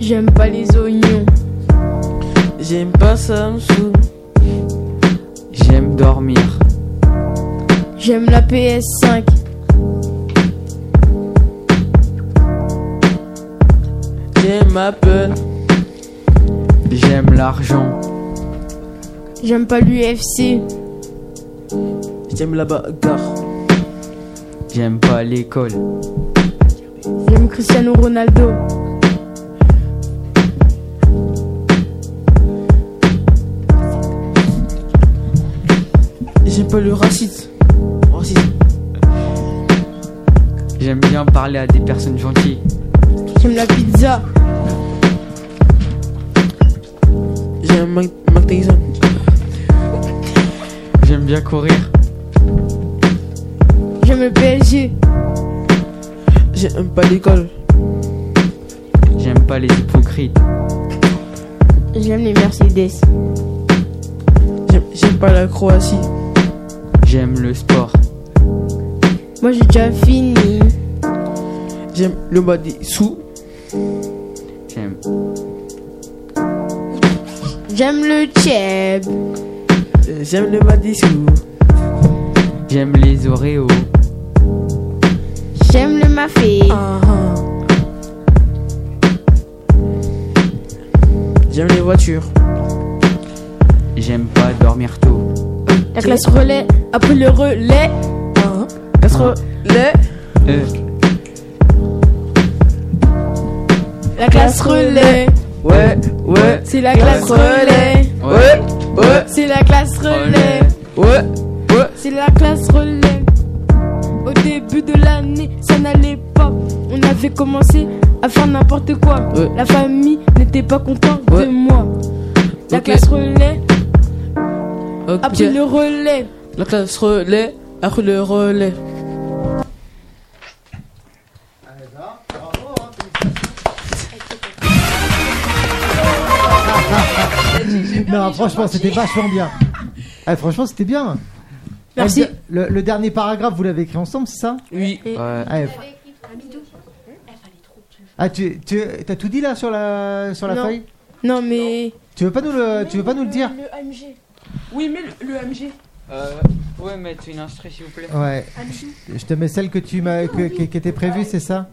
Speaker 14: J'aime pas les oignons. J'aime pas Samsung.
Speaker 1: J'aime dormir.
Speaker 4: J'aime la PS5.
Speaker 14: J'aime Apple.
Speaker 1: J'aime l'argent.
Speaker 4: J'aime pas l'UFC.
Speaker 14: J'aime la bagarre.
Speaker 1: J'aime pas l'école.
Speaker 4: J'aime Cristiano Ronaldo.
Speaker 14: J'aime pas le racisme. Racisme.
Speaker 1: J'aime bien parler à des personnes gentilles.
Speaker 4: J'aime la pizza.
Speaker 14: J'aime Mike, Mike Tyson.
Speaker 1: J'aime bien courir.
Speaker 4: J'aime le PSG.
Speaker 14: J'aime pas l'école.
Speaker 1: J'aime pas les hypocrites.
Speaker 4: J'aime les Mercedes.
Speaker 14: J'aime- J'aime pas la Croatie.
Speaker 1: J'aime le sport.
Speaker 4: Moi j'ai déjà fini.
Speaker 14: J'aime le bas des sous.
Speaker 1: J'aime.
Speaker 4: J'aime le Cheb.
Speaker 14: Euh, J'aime le bas des sous.
Speaker 1: J'aime les oreos.
Speaker 4: J'aime le Mafé. Uh-huh.
Speaker 14: J'aime les voitures.
Speaker 1: J'aime pas dormir tôt.
Speaker 4: La classe relais. Après le relais. Uh-huh.
Speaker 14: Classe
Speaker 1: Hein
Speaker 14: relais.
Speaker 1: Euh,
Speaker 4: La classe relais.
Speaker 1: Ouais, ouais.
Speaker 4: C'est la classe relais.
Speaker 1: Ouais, ouais.
Speaker 4: C'est la classe relais.
Speaker 1: Ouais, ouais.
Speaker 4: C'est la classe relais. Au début de l'année, ça n'allait pas. On avait commencé à faire n'importe quoi.
Speaker 14: Ouais.
Speaker 4: La famille n'était pas contente de moi. La
Speaker 14: Ok.
Speaker 4: classe relais
Speaker 14: Ok.
Speaker 3: Ah,
Speaker 4: a pris le relais.
Speaker 15: La classe relais après le relais.
Speaker 2: Non, franchement, c'était vachement bien. Eh, franchement, c'était bien.
Speaker 3: Merci.
Speaker 2: Le, le dernier paragraphe, vous l'avez écrit ensemble, c'est ça
Speaker 1: Oui.
Speaker 2: Ouais. Ah, tu, tu as tout dit là sur la, sur la
Speaker 15: Non.
Speaker 2: feuille
Speaker 3: Non, mais.
Speaker 2: Tu veux pas nous le, tu veux pas nous le dire
Speaker 15: Le AMG.
Speaker 16: Oui, mais le, le MG.
Speaker 1: Euh, ouais, mettre une instru s'il vous plaît.
Speaker 2: Ouais.
Speaker 16: Amidou.
Speaker 2: Je te mets celle que tu m'as, que- que- qui était prévue, c'est ça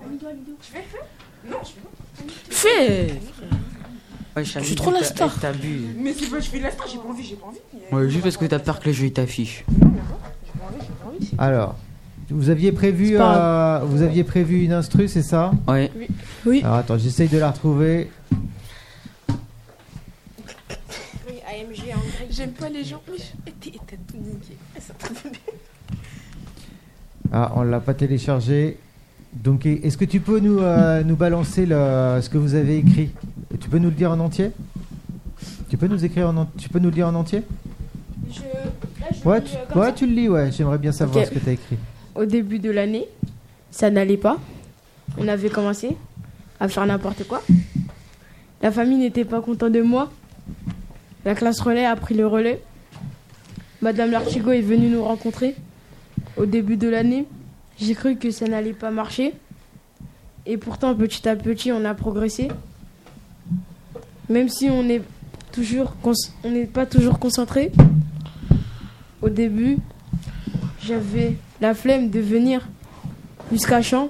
Speaker 15: Fais
Speaker 1: Ouais, je
Speaker 15: suis trop la star.
Speaker 1: T'abuses.
Speaker 16: Mais c'est pas, je fais de la star, j'ai pas envie, j'ai pas envie. mais-
Speaker 1: Ouais, juste parce que t'as peur que le jeu il t'affiche.
Speaker 16: J'ai pas envie, j'ai pas envie.
Speaker 2: Alors, vous aviez prévu,
Speaker 16: C'est pas
Speaker 2: euh, vous aviez prévu une instru, c'est ça
Speaker 1: Ouais.
Speaker 16: Oui.
Speaker 3: Oui.
Speaker 2: Alors attends, j'essaye de la retrouver.
Speaker 16: Oui, AMG en grec. J'aime pas les gens. Oui, je- t'es- t'as tout niqué. Ah, Ça te fait bien.
Speaker 2: Ah, on l'a pas téléchargée. Donc, e- est-ce que tu peux nous, euh, nous balancer le, ce que vous avez écrit Tu peux nous le dire en entier Tu peux nous écrire en, en- tu peux nous le lire en entier Ouais,
Speaker 3: Euh,
Speaker 16: euh,
Speaker 2: tu, ouais, tu le lis. Ouais, j'aimerais bien savoir
Speaker 3: Ok.
Speaker 2: ce que t'as écrit.
Speaker 3: Au début de l'année, ça n'allait pas. On avait commencé à faire n'importe quoi. La famille n'était pas contente de moi. La classe relais a pris le relais. Madame Lartigo est venue nous rencontrer. Au début de l'année, j'ai cru que ça n'allait pas marcher. Et pourtant, petit à petit, on a progressé. Même si on n'est toujours cons- on n'est pas toujours concentré. Au début, j'avais la flemme de venir jusqu'à Champ.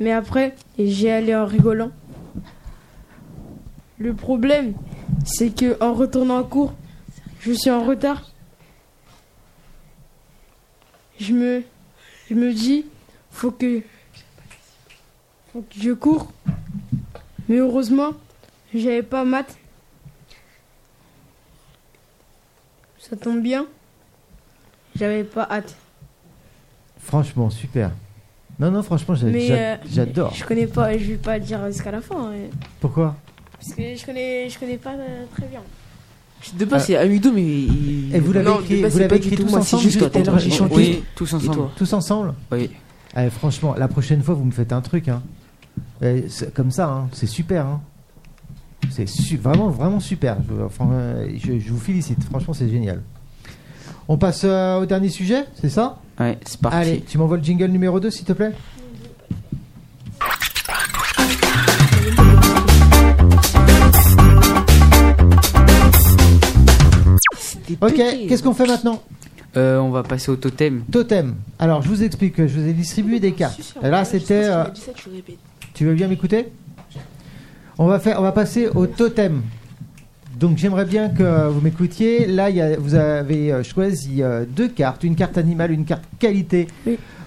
Speaker 3: Mais après, j'ai allé en rigolant. Le problème, c'est que en retournant en cours, je suis en retard. Je me, je me dis, faut que, faut que je cours. Mais heureusement, j'avais pas maths. Ça tombe bien. J'avais pas hâte.
Speaker 2: Franchement, super. Non, non, franchement, j'a-
Speaker 3: Mais,
Speaker 2: j'a-
Speaker 3: euh,
Speaker 2: j'adore.
Speaker 3: Je connais pas, je vais pas dire jusqu'à la fin. ouais.
Speaker 2: Pourquoi
Speaker 3: Parce que je connais, je connais pas euh, très bien.
Speaker 5: De base, c'est Amidou, mais. il-
Speaker 2: Et Eh, vous l'avez
Speaker 5: Non, de
Speaker 2: écrit,
Speaker 5: base,
Speaker 2: vous
Speaker 5: c'est
Speaker 2: l'avez
Speaker 5: pas du
Speaker 2: écrit
Speaker 5: tout
Speaker 2: tous
Speaker 5: moi, c'est
Speaker 2: ensemble.
Speaker 5: juste que t'as élargi chanté.
Speaker 1: Oui, tous
Speaker 5: Et toi.
Speaker 1: ensemble.
Speaker 2: Tous ensemble
Speaker 1: Oui.
Speaker 2: Eh, franchement, la prochaine fois, vous me faites un truc. Hein. Eh, c'est comme ça, hein, c'est super. hein. C'est su- vraiment, vraiment super. Je, enfin, euh, je- je vous félicite. Franchement, c'est génial. On passe euh, au dernier sujet, c'est ça
Speaker 1: Ouais, c'est parti.
Speaker 2: Allez, tu m'envoies le jingle numéro 2, s'il te plaît Ok, qu'est-ce qu'on fait maintenant
Speaker 1: Euh, on va passer au totem.
Speaker 2: Totem. Alors, je vous explique, je vous ai distribué des cartes. Et là, c'était. euh,
Speaker 16: Dis ça, tu le répètes.
Speaker 2: Tu veux bien m'écouter on va, faire, on va passer au totem. Donc j'aimerais bien que vous m'écoutiez. Là, il y a- vous avez euh, choisi euh, deux cartes, une carte animale, une carte qualité,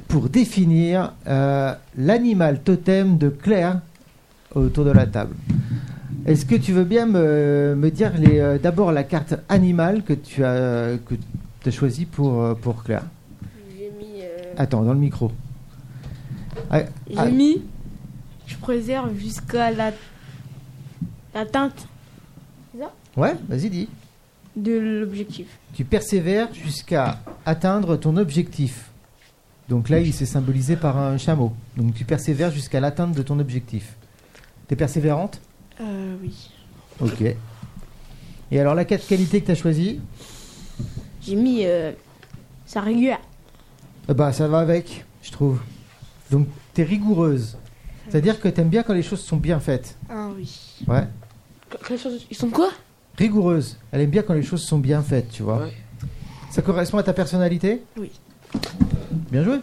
Speaker 2: pour définir euh, l'animal totem de Claire autour de la table. Est-ce que tu veux bien me, me dire les, euh, d'abord la carte animale que tu as, euh, que tu as choisie pour, euh, pour Claire
Speaker 3: J'ai mis, euh,
Speaker 2: Attends, dans le micro. Ah, ah,
Speaker 3: je préserve jusqu'à la, la teinte
Speaker 2: Ouais, vas-y, dis.
Speaker 3: de l'objectif.
Speaker 2: Tu persévères jusqu'à atteindre ton objectif. Donc là, il s'est symbolisé par un chameau. Donc tu persévères jusqu'à l'atteinte de ton objectif. T'es persévérante
Speaker 17: Euh, oui.
Speaker 2: Ok. Et alors la quatre qualité que t'as choisie
Speaker 3: J'ai mis euh, ça rigueur.
Speaker 2: Eh Bah ça va avec, je trouve. Donc t'es rigoureuse. C'est-à-dire que t'aimes bien quand les choses sont bien faites.
Speaker 17: Ah oui.
Speaker 2: Ouais.
Speaker 16: Quand les choses- Ils sont quoi
Speaker 2: Rigoureuse. Elle aime bien quand les choses sont bien faites, tu vois. Ça correspond à ta personnalité
Speaker 3: Oui.
Speaker 2: Bien joué.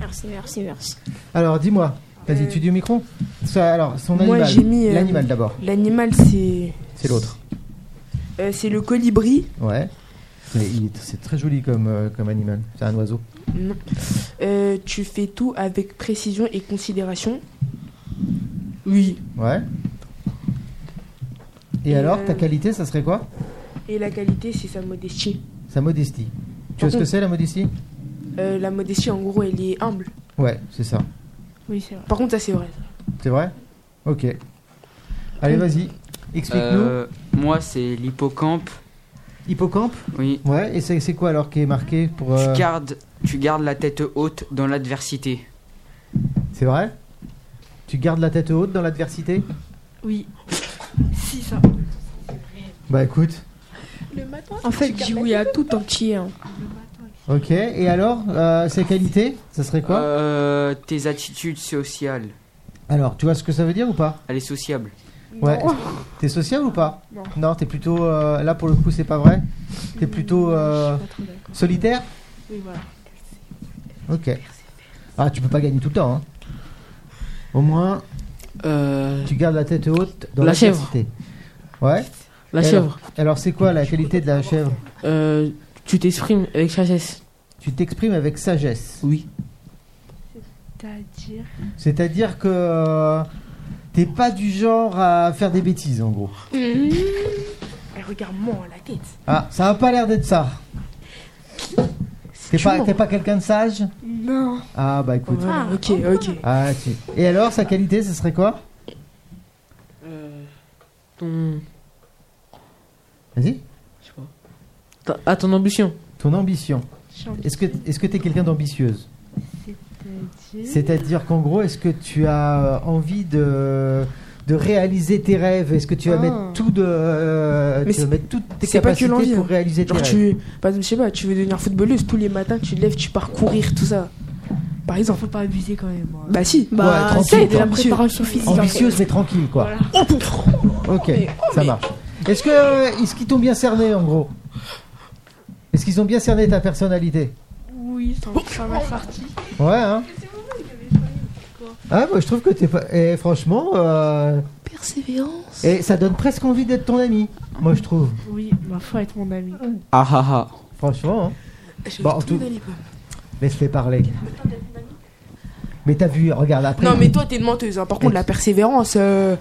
Speaker 3: Merci, merci, merci.
Speaker 2: Alors dis-moi, vas-y, tu dis au micro Ça, Alors, son
Speaker 16: Euh, Moi,
Speaker 2: animal.
Speaker 16: j'ai mis, euh,
Speaker 2: L'animal d'abord,
Speaker 16: L'animal, c'est.
Speaker 2: c'est l'autre.
Speaker 16: euh, c'est le colibri.
Speaker 2: Ouais. C'est il est- c'est très joli comme, euh, comme animal. C'est un oiseau.
Speaker 16: Non. Euh, tu fais tout avec précision et considération. Oui.
Speaker 2: Ouais. Et
Speaker 16: Et
Speaker 2: alors,
Speaker 16: euh,
Speaker 2: ta qualité, ça serait quoi
Speaker 16: Et la qualité, c'est sa modestie.
Speaker 2: Sa modestie. Tu vois
Speaker 16: Par
Speaker 2: ce que
Speaker 16: contre-
Speaker 2: c'est la modestie
Speaker 16: Euh, la modestie, en gros, elle est humble.
Speaker 2: Ouais, c'est ça.
Speaker 16: Oui, c'est vrai. Par contre, ça, c'est vrai.
Speaker 2: C'est vrai Ok.
Speaker 16: Euh,
Speaker 2: Allez, vas-y. Explique-nous.
Speaker 1: Euh, moi, c'est l'hippocampe.
Speaker 2: Hippocampe
Speaker 1: Oui.
Speaker 2: Ouais, et c'est c'est quoi alors qui est marqué pour. euh,
Speaker 18: Tu, gardes, tu gardes la tête haute dans l'adversité.
Speaker 2: C'est vrai Tu gardes la tête haute dans l'adversité
Speaker 10: Oui. si, ça.
Speaker 2: Bah écoute.
Speaker 3: En fait, je dis oui à tout entier. hein.
Speaker 2: Ok, et alors, euh, ses qualités Ça serait quoi
Speaker 18: Euh, tes attitudes sociales.
Speaker 2: Alors, tu vois ce que ça veut dire ou pas
Speaker 18: Elle est sociable.
Speaker 2: Ouais. T'es sociable ou pas
Speaker 18: Non.
Speaker 2: t'es plutôt. euh, là pour le coup, c'est pas vrai T'es plutôt. euh, solitaire
Speaker 10: Oui, voilà.
Speaker 2: Ok. Ah, tu peux pas gagner tout le temps. hein. Au moins,
Speaker 5: euh,
Speaker 2: tu gardes la tête haute dans
Speaker 14: la chèvre.
Speaker 2: l'adversité. Ouais
Speaker 14: La
Speaker 2: Et alors-
Speaker 14: chèvre.
Speaker 2: Alors, c'est quoi la qualité de la chèvre
Speaker 5: Euh,
Speaker 14: tu t'exprimes avec sagesse.
Speaker 2: Tu t'exprimes avec sagesse
Speaker 14: Oui.
Speaker 10: C'est-à-dire.
Speaker 2: C'est-à-dire que. euh, T'es pas du genre à faire des bêtises en gros.
Speaker 3: Mm. Elle regarde moi à la tête.
Speaker 2: Ah, ça a pas l'air d'être ça. T'es pas,
Speaker 3: chaud.
Speaker 2: t'es pas quelqu'un de sage
Speaker 3: Non.
Speaker 2: Ah bah écoute.
Speaker 3: Ah, ok, ok.
Speaker 2: Ah, tu- Et alors, sa qualité, ce serait quoi
Speaker 5: Euh,
Speaker 14: Ton.
Speaker 2: Vas-y.
Speaker 14: ta- À ton ambition.
Speaker 2: Ton ambition.
Speaker 10: Chantier.
Speaker 2: Est-ce que est-ce que t'es quelqu'un d'ambitieuse
Speaker 10: C'est-à-dire.
Speaker 2: C'est-à-dire qu'en gros, est-ce que tu as euh, envie de de réaliser tes rêves Est-ce que tu vas
Speaker 3: Ah.
Speaker 2: mettre tout de euh, tu
Speaker 3: Mais
Speaker 2: vas
Speaker 3: c'est-
Speaker 2: mettre toutes tes
Speaker 3: C'est pas que
Speaker 2: capacités
Speaker 3: l'envie.
Speaker 2: pour
Speaker 3: hein.
Speaker 2: réaliser tes
Speaker 3: Genre,
Speaker 2: rêves
Speaker 3: tu, par exemple, je sais pas, tu veux devenir footballeuse, tous les matins, tu te lèves, tu pars courir, tout ça. Par exemple.
Speaker 10: Faut pas abuser quand même. hein.
Speaker 3: Bah si.
Speaker 2: Ouais, tranquille,
Speaker 3: c'est de
Speaker 2: quoi.
Speaker 3: la
Speaker 10: Ambitieux.
Speaker 3: préparation physique. en fait.
Speaker 2: Ambitieuse mais tranquille quoi. <laughs> Ok,
Speaker 3: mais- oh,
Speaker 2: ça marche. Est-ce que euh, est-ce qu'ils t'ont bien cerné en gros Est-ce qu'ils ont bien cerné ta personnalité
Speaker 10: Oui, ça ça m'a sorti.
Speaker 2: Ouais hein. Ah moi je trouve que t'es pas. Et franchement. euh,
Speaker 10: Persévérance.
Speaker 2: Et ça donne presque envie d'être ton ami, moi je trouve.
Speaker 10: Oui, ma foi est mon ami.
Speaker 18: Ah ah ah.
Speaker 2: Franchement. hein.
Speaker 3: Je
Speaker 2: Bon,
Speaker 3: vais
Speaker 2: en tout-
Speaker 3: tout donner, quoi.
Speaker 2: Laisse-les parler. Mais t'as vu, regarde après.
Speaker 3: Non, mais toi, t'es une menteuse. hein. Par contre, la persévérance. euh,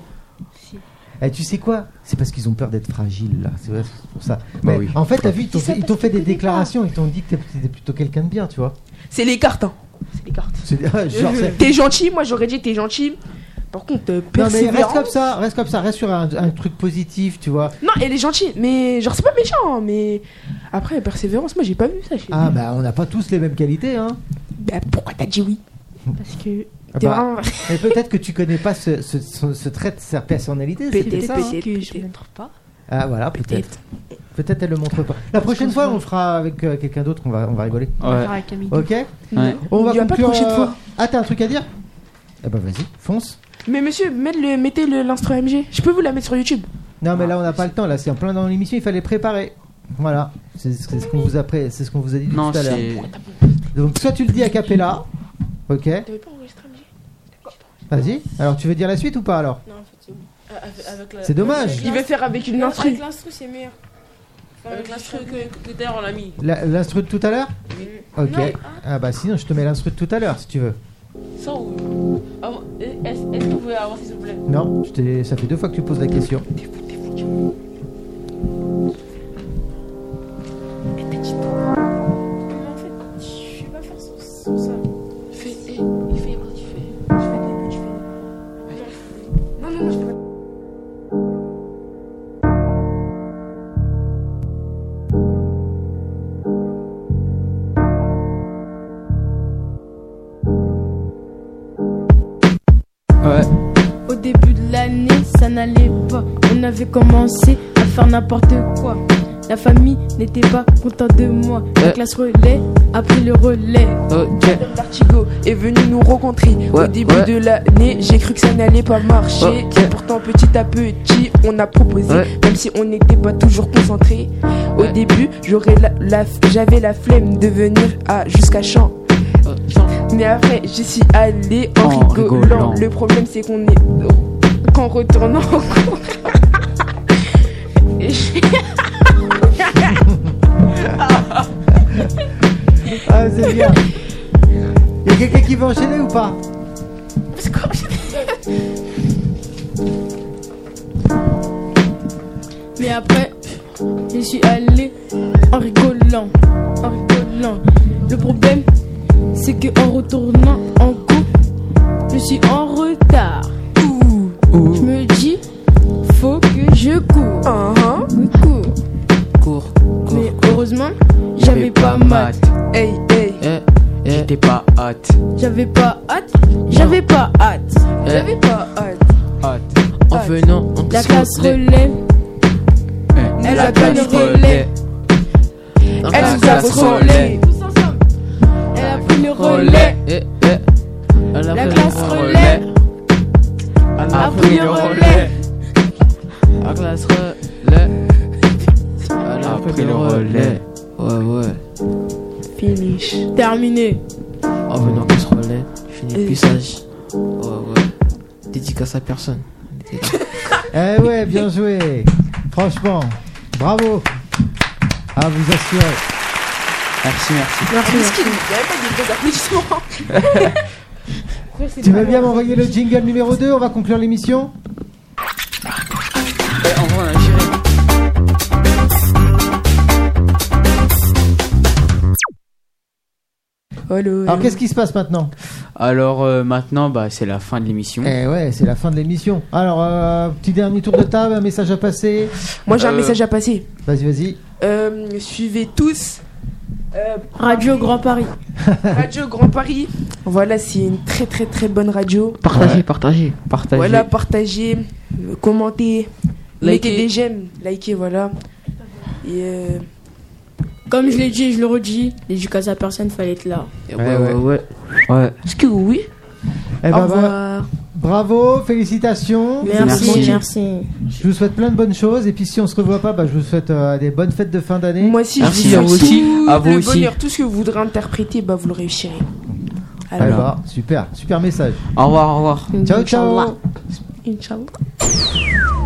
Speaker 2: Eh, tu sais quoi C'est parce qu'ils ont peur d'être fragiles là. C'est vrai, c'est pour ça. Mais
Speaker 18: oui.
Speaker 2: En fait, t'as vu, ils t'ont fait, ils t'ont fait des déclarations. Ils t'ont dit que t'étais plutôt quelqu'un de bien, tu vois.
Speaker 3: C'est les cartes, hein. C'est les cartes.
Speaker 2: C'est- <laughs> genre, c'est-
Speaker 3: T'es gentil, moi j'aurais dit que t'es gentil. Par contre, euh,
Speaker 2: Non mais reste
Speaker 3: persévérance.
Speaker 2: comme ça, reste comme ça, reste sur un, un truc positif, tu vois.
Speaker 3: Non, elle est gentille, mais genre c'est pas méchant, hein, mais après persévérance, moi j'ai pas vu ça. chez
Speaker 2: Ah
Speaker 3: lui.
Speaker 2: bah on n'a pas tous les mêmes qualités, hein.
Speaker 3: Bah, pourquoi t'as dit oui
Speaker 10: Parce que.
Speaker 2: Ah
Speaker 3: T'es
Speaker 2: bah,
Speaker 3: vraiment-
Speaker 2: mais peut-être que tu connais pas ce, ce, ce- ce trait de sa personnalité. c'est
Speaker 10: Peut-être
Speaker 2: ça, hein.
Speaker 10: que je montre pas.
Speaker 2: Ah voilà, peut-être. Peut-être elle le montre pas. La prochaine fois, on le fera avec euh, quelqu'un d'autre, on va, on va rigoler.
Speaker 16: ah.
Speaker 10: On va Ouais. faire avec Amidou.
Speaker 2: Ok
Speaker 10: Ouais.
Speaker 2: On va
Speaker 3: Il y a Mm. pas de
Speaker 2: conclure,
Speaker 3: prochaine
Speaker 2: euh,
Speaker 3: fois.
Speaker 2: Ah, t'as un truc à dire Eh bah vas-y, fonce.
Speaker 3: Mais monsieur, mettez le, mettez le- l'instru MG. Je peux vous la mettre sur YouTube.
Speaker 2: Non,
Speaker 3: Ah.
Speaker 2: mais là, on n'a pas le temps, là, c'est en plein dans l'émission, il fallait préparer. Voilà, c'est ce c'est ce qu'on vous, a pré- c'est ce qu'on vous a dit
Speaker 18: Non,
Speaker 2: tout à
Speaker 18: c'est-
Speaker 2: l'heure. Donc, soit tu le dis à Capella, ok Vas-y, alors tu veux dire la suite ou pas alors
Speaker 14: Non, en fait, c'est bon. Ah, avec- avec la-
Speaker 2: C'est dommage.
Speaker 3: Il veut faire avec une
Speaker 14: Non,
Speaker 3: instru.
Speaker 14: Avec l'instru, c'est meilleur. Enfin, avec l'instru que, que d'ailleurs on l'a mis.
Speaker 2: La- L'instru de tout à l'heure
Speaker 14: Mm.
Speaker 2: Ok.
Speaker 14: Non.
Speaker 2: Ah bah sinon, je te mets l'instru de tout à l'heure si tu veux.
Speaker 14: Ça ou. Ah, bon, Est-ce est-ce que vous pouvez avancer s'il vous plaît
Speaker 2: Non, je t'ai- ça fait deux fois que tu poses la question.
Speaker 14: Mais en fait, je vais pas faire sans, sans ça. Fais, hé, il fait quand tu fais.
Speaker 3: Non, non, non, je fais pas.
Speaker 18: Ouais.
Speaker 4: Au début de l'année, ça n'allait pas. On avait commencé à faire n'importe quoi. La famille n'était pas contente de moi. La
Speaker 1: Euh.
Speaker 4: classe relais a pris le relais.
Speaker 1: Ok.
Speaker 3: Madame Vertigo est venue nous rencontrer. Au
Speaker 1: Ouais,
Speaker 3: début
Speaker 1: ouais.
Speaker 3: de l'année, j'ai cru que ça n'allait pas marcher.
Speaker 1: Ok.
Speaker 3: Pourtant, petit à petit, on a proposé,
Speaker 1: Ouais.
Speaker 3: même si on n'était pas toujours concentré. Au
Speaker 1: Ouais.
Speaker 3: début, j'aurais la, la- j'avais la flemme de venir à jusqu'à Champ. Mais après, j'y suis allé en
Speaker 1: En
Speaker 3: rigolant.
Speaker 1: rigolant.
Speaker 3: Le problème, c'est qu'on est qu'en retournant en cours. j'ai-
Speaker 2: Ah, c'est bien. Y'a quelqu'un qui veut enchaîner ou pas
Speaker 4: Mais après, je suis allé en rigolant, en rigolant. Le problème, c'est que en retournant en cours, je suis en retard. Je me dis, faut que je cours. Je cours.
Speaker 5: cours.
Speaker 3: Mais heureusement, j'avais pas mal. Hey, hey.
Speaker 5: Eh, J'étais pas hâte.
Speaker 3: J'avais pas hâte, j'avais pas hâte,
Speaker 5: Eh.
Speaker 3: j'avais pas hâte.
Speaker 5: Hâte. En venant, on
Speaker 3: La
Speaker 5: se
Speaker 3: classe
Speaker 5: relève.
Speaker 3: relais,
Speaker 5: Eh,
Speaker 3: Elle a
Speaker 5: classe
Speaker 3: pris le relais.
Speaker 5: Dans la
Speaker 3: Elle nous a
Speaker 5: classe
Speaker 3: relais.
Speaker 5: relais.
Speaker 3: elle a pris le relais.
Speaker 5: Relais. eh, eh. Elle a
Speaker 3: La
Speaker 5: pris
Speaker 3: classe
Speaker 5: le
Speaker 3: relais.
Speaker 5: Elle
Speaker 3: a pris le relais.
Speaker 5: La classe relais. Elle a pris le relais. Ouais, ouais.
Speaker 3: Finish. Terminé.
Speaker 5: En venant qu'on se relève, je finis
Speaker 3: Et-
Speaker 5: plus sage. Ouais, ouais. Dédicace à personne.
Speaker 2: Eh ouais, bien joué. Franchement, bravo. Ah, vous assurez.
Speaker 5: Merci, merci.
Speaker 19: Merci. Parce qu'il n'y avait pas de vrais applaudissements.
Speaker 2: Tu veux bien m'envoyer le jingle numéro 2 On va conclure l'émission Alors, qu'est-ce qui se passe maintenant
Speaker 5: Alors euh, maintenant, bah, c'est la fin de l'émission.
Speaker 2: Eh ouais, c'est la fin de l'émission. Alors, euh, petit dernier tour de table, un message à passer.
Speaker 20: Moi,
Speaker 5: Euh,
Speaker 20: j'ai un message à passer.
Speaker 2: Vas-y, vas-y.
Speaker 20: Euh, suivez tous. euh,
Speaker 3: Radio Grand Paris.
Speaker 20: Radio Grand Paris. Voilà, c'est une très très très bonne radio.
Speaker 1: Partagez, partagez.
Speaker 5: Partagez.
Speaker 20: Voilà, partagez, euh, commentez,
Speaker 1: Likez.
Speaker 20: mettez des j'aime, likez, voilà. Et euh,
Speaker 3: Comme je l'ai dit, je le redis, l'éducation à personne fallait être là.
Speaker 5: Ouais, ouais, ouais. Ouais.
Speaker 3: Est-ce que oui
Speaker 2: Eh ben,
Speaker 3: Au
Speaker 2: voilà.
Speaker 3: revoir.
Speaker 2: Bravo, félicitations.
Speaker 3: Merci, merci.
Speaker 2: Je vous souhaite plein de bonnes choses. Et puis, si on se revoit pas, bah, je vous souhaite euh, des bonnes fêtes de fin d'année.
Speaker 20: Moi aussi,
Speaker 5: Merci
Speaker 20: je
Speaker 5: à vous
Speaker 20: souhaite
Speaker 5: aussi,
Speaker 20: tout
Speaker 5: à vous
Speaker 20: le
Speaker 5: aussi.
Speaker 20: bonheur, tout ce que vous voudrez interpréter, bah, vous le réussirez.
Speaker 2: Eh ben, super, super message.
Speaker 5: Au revoir, au revoir.
Speaker 2: Ciao, ciao.
Speaker 20: Inch'Allah.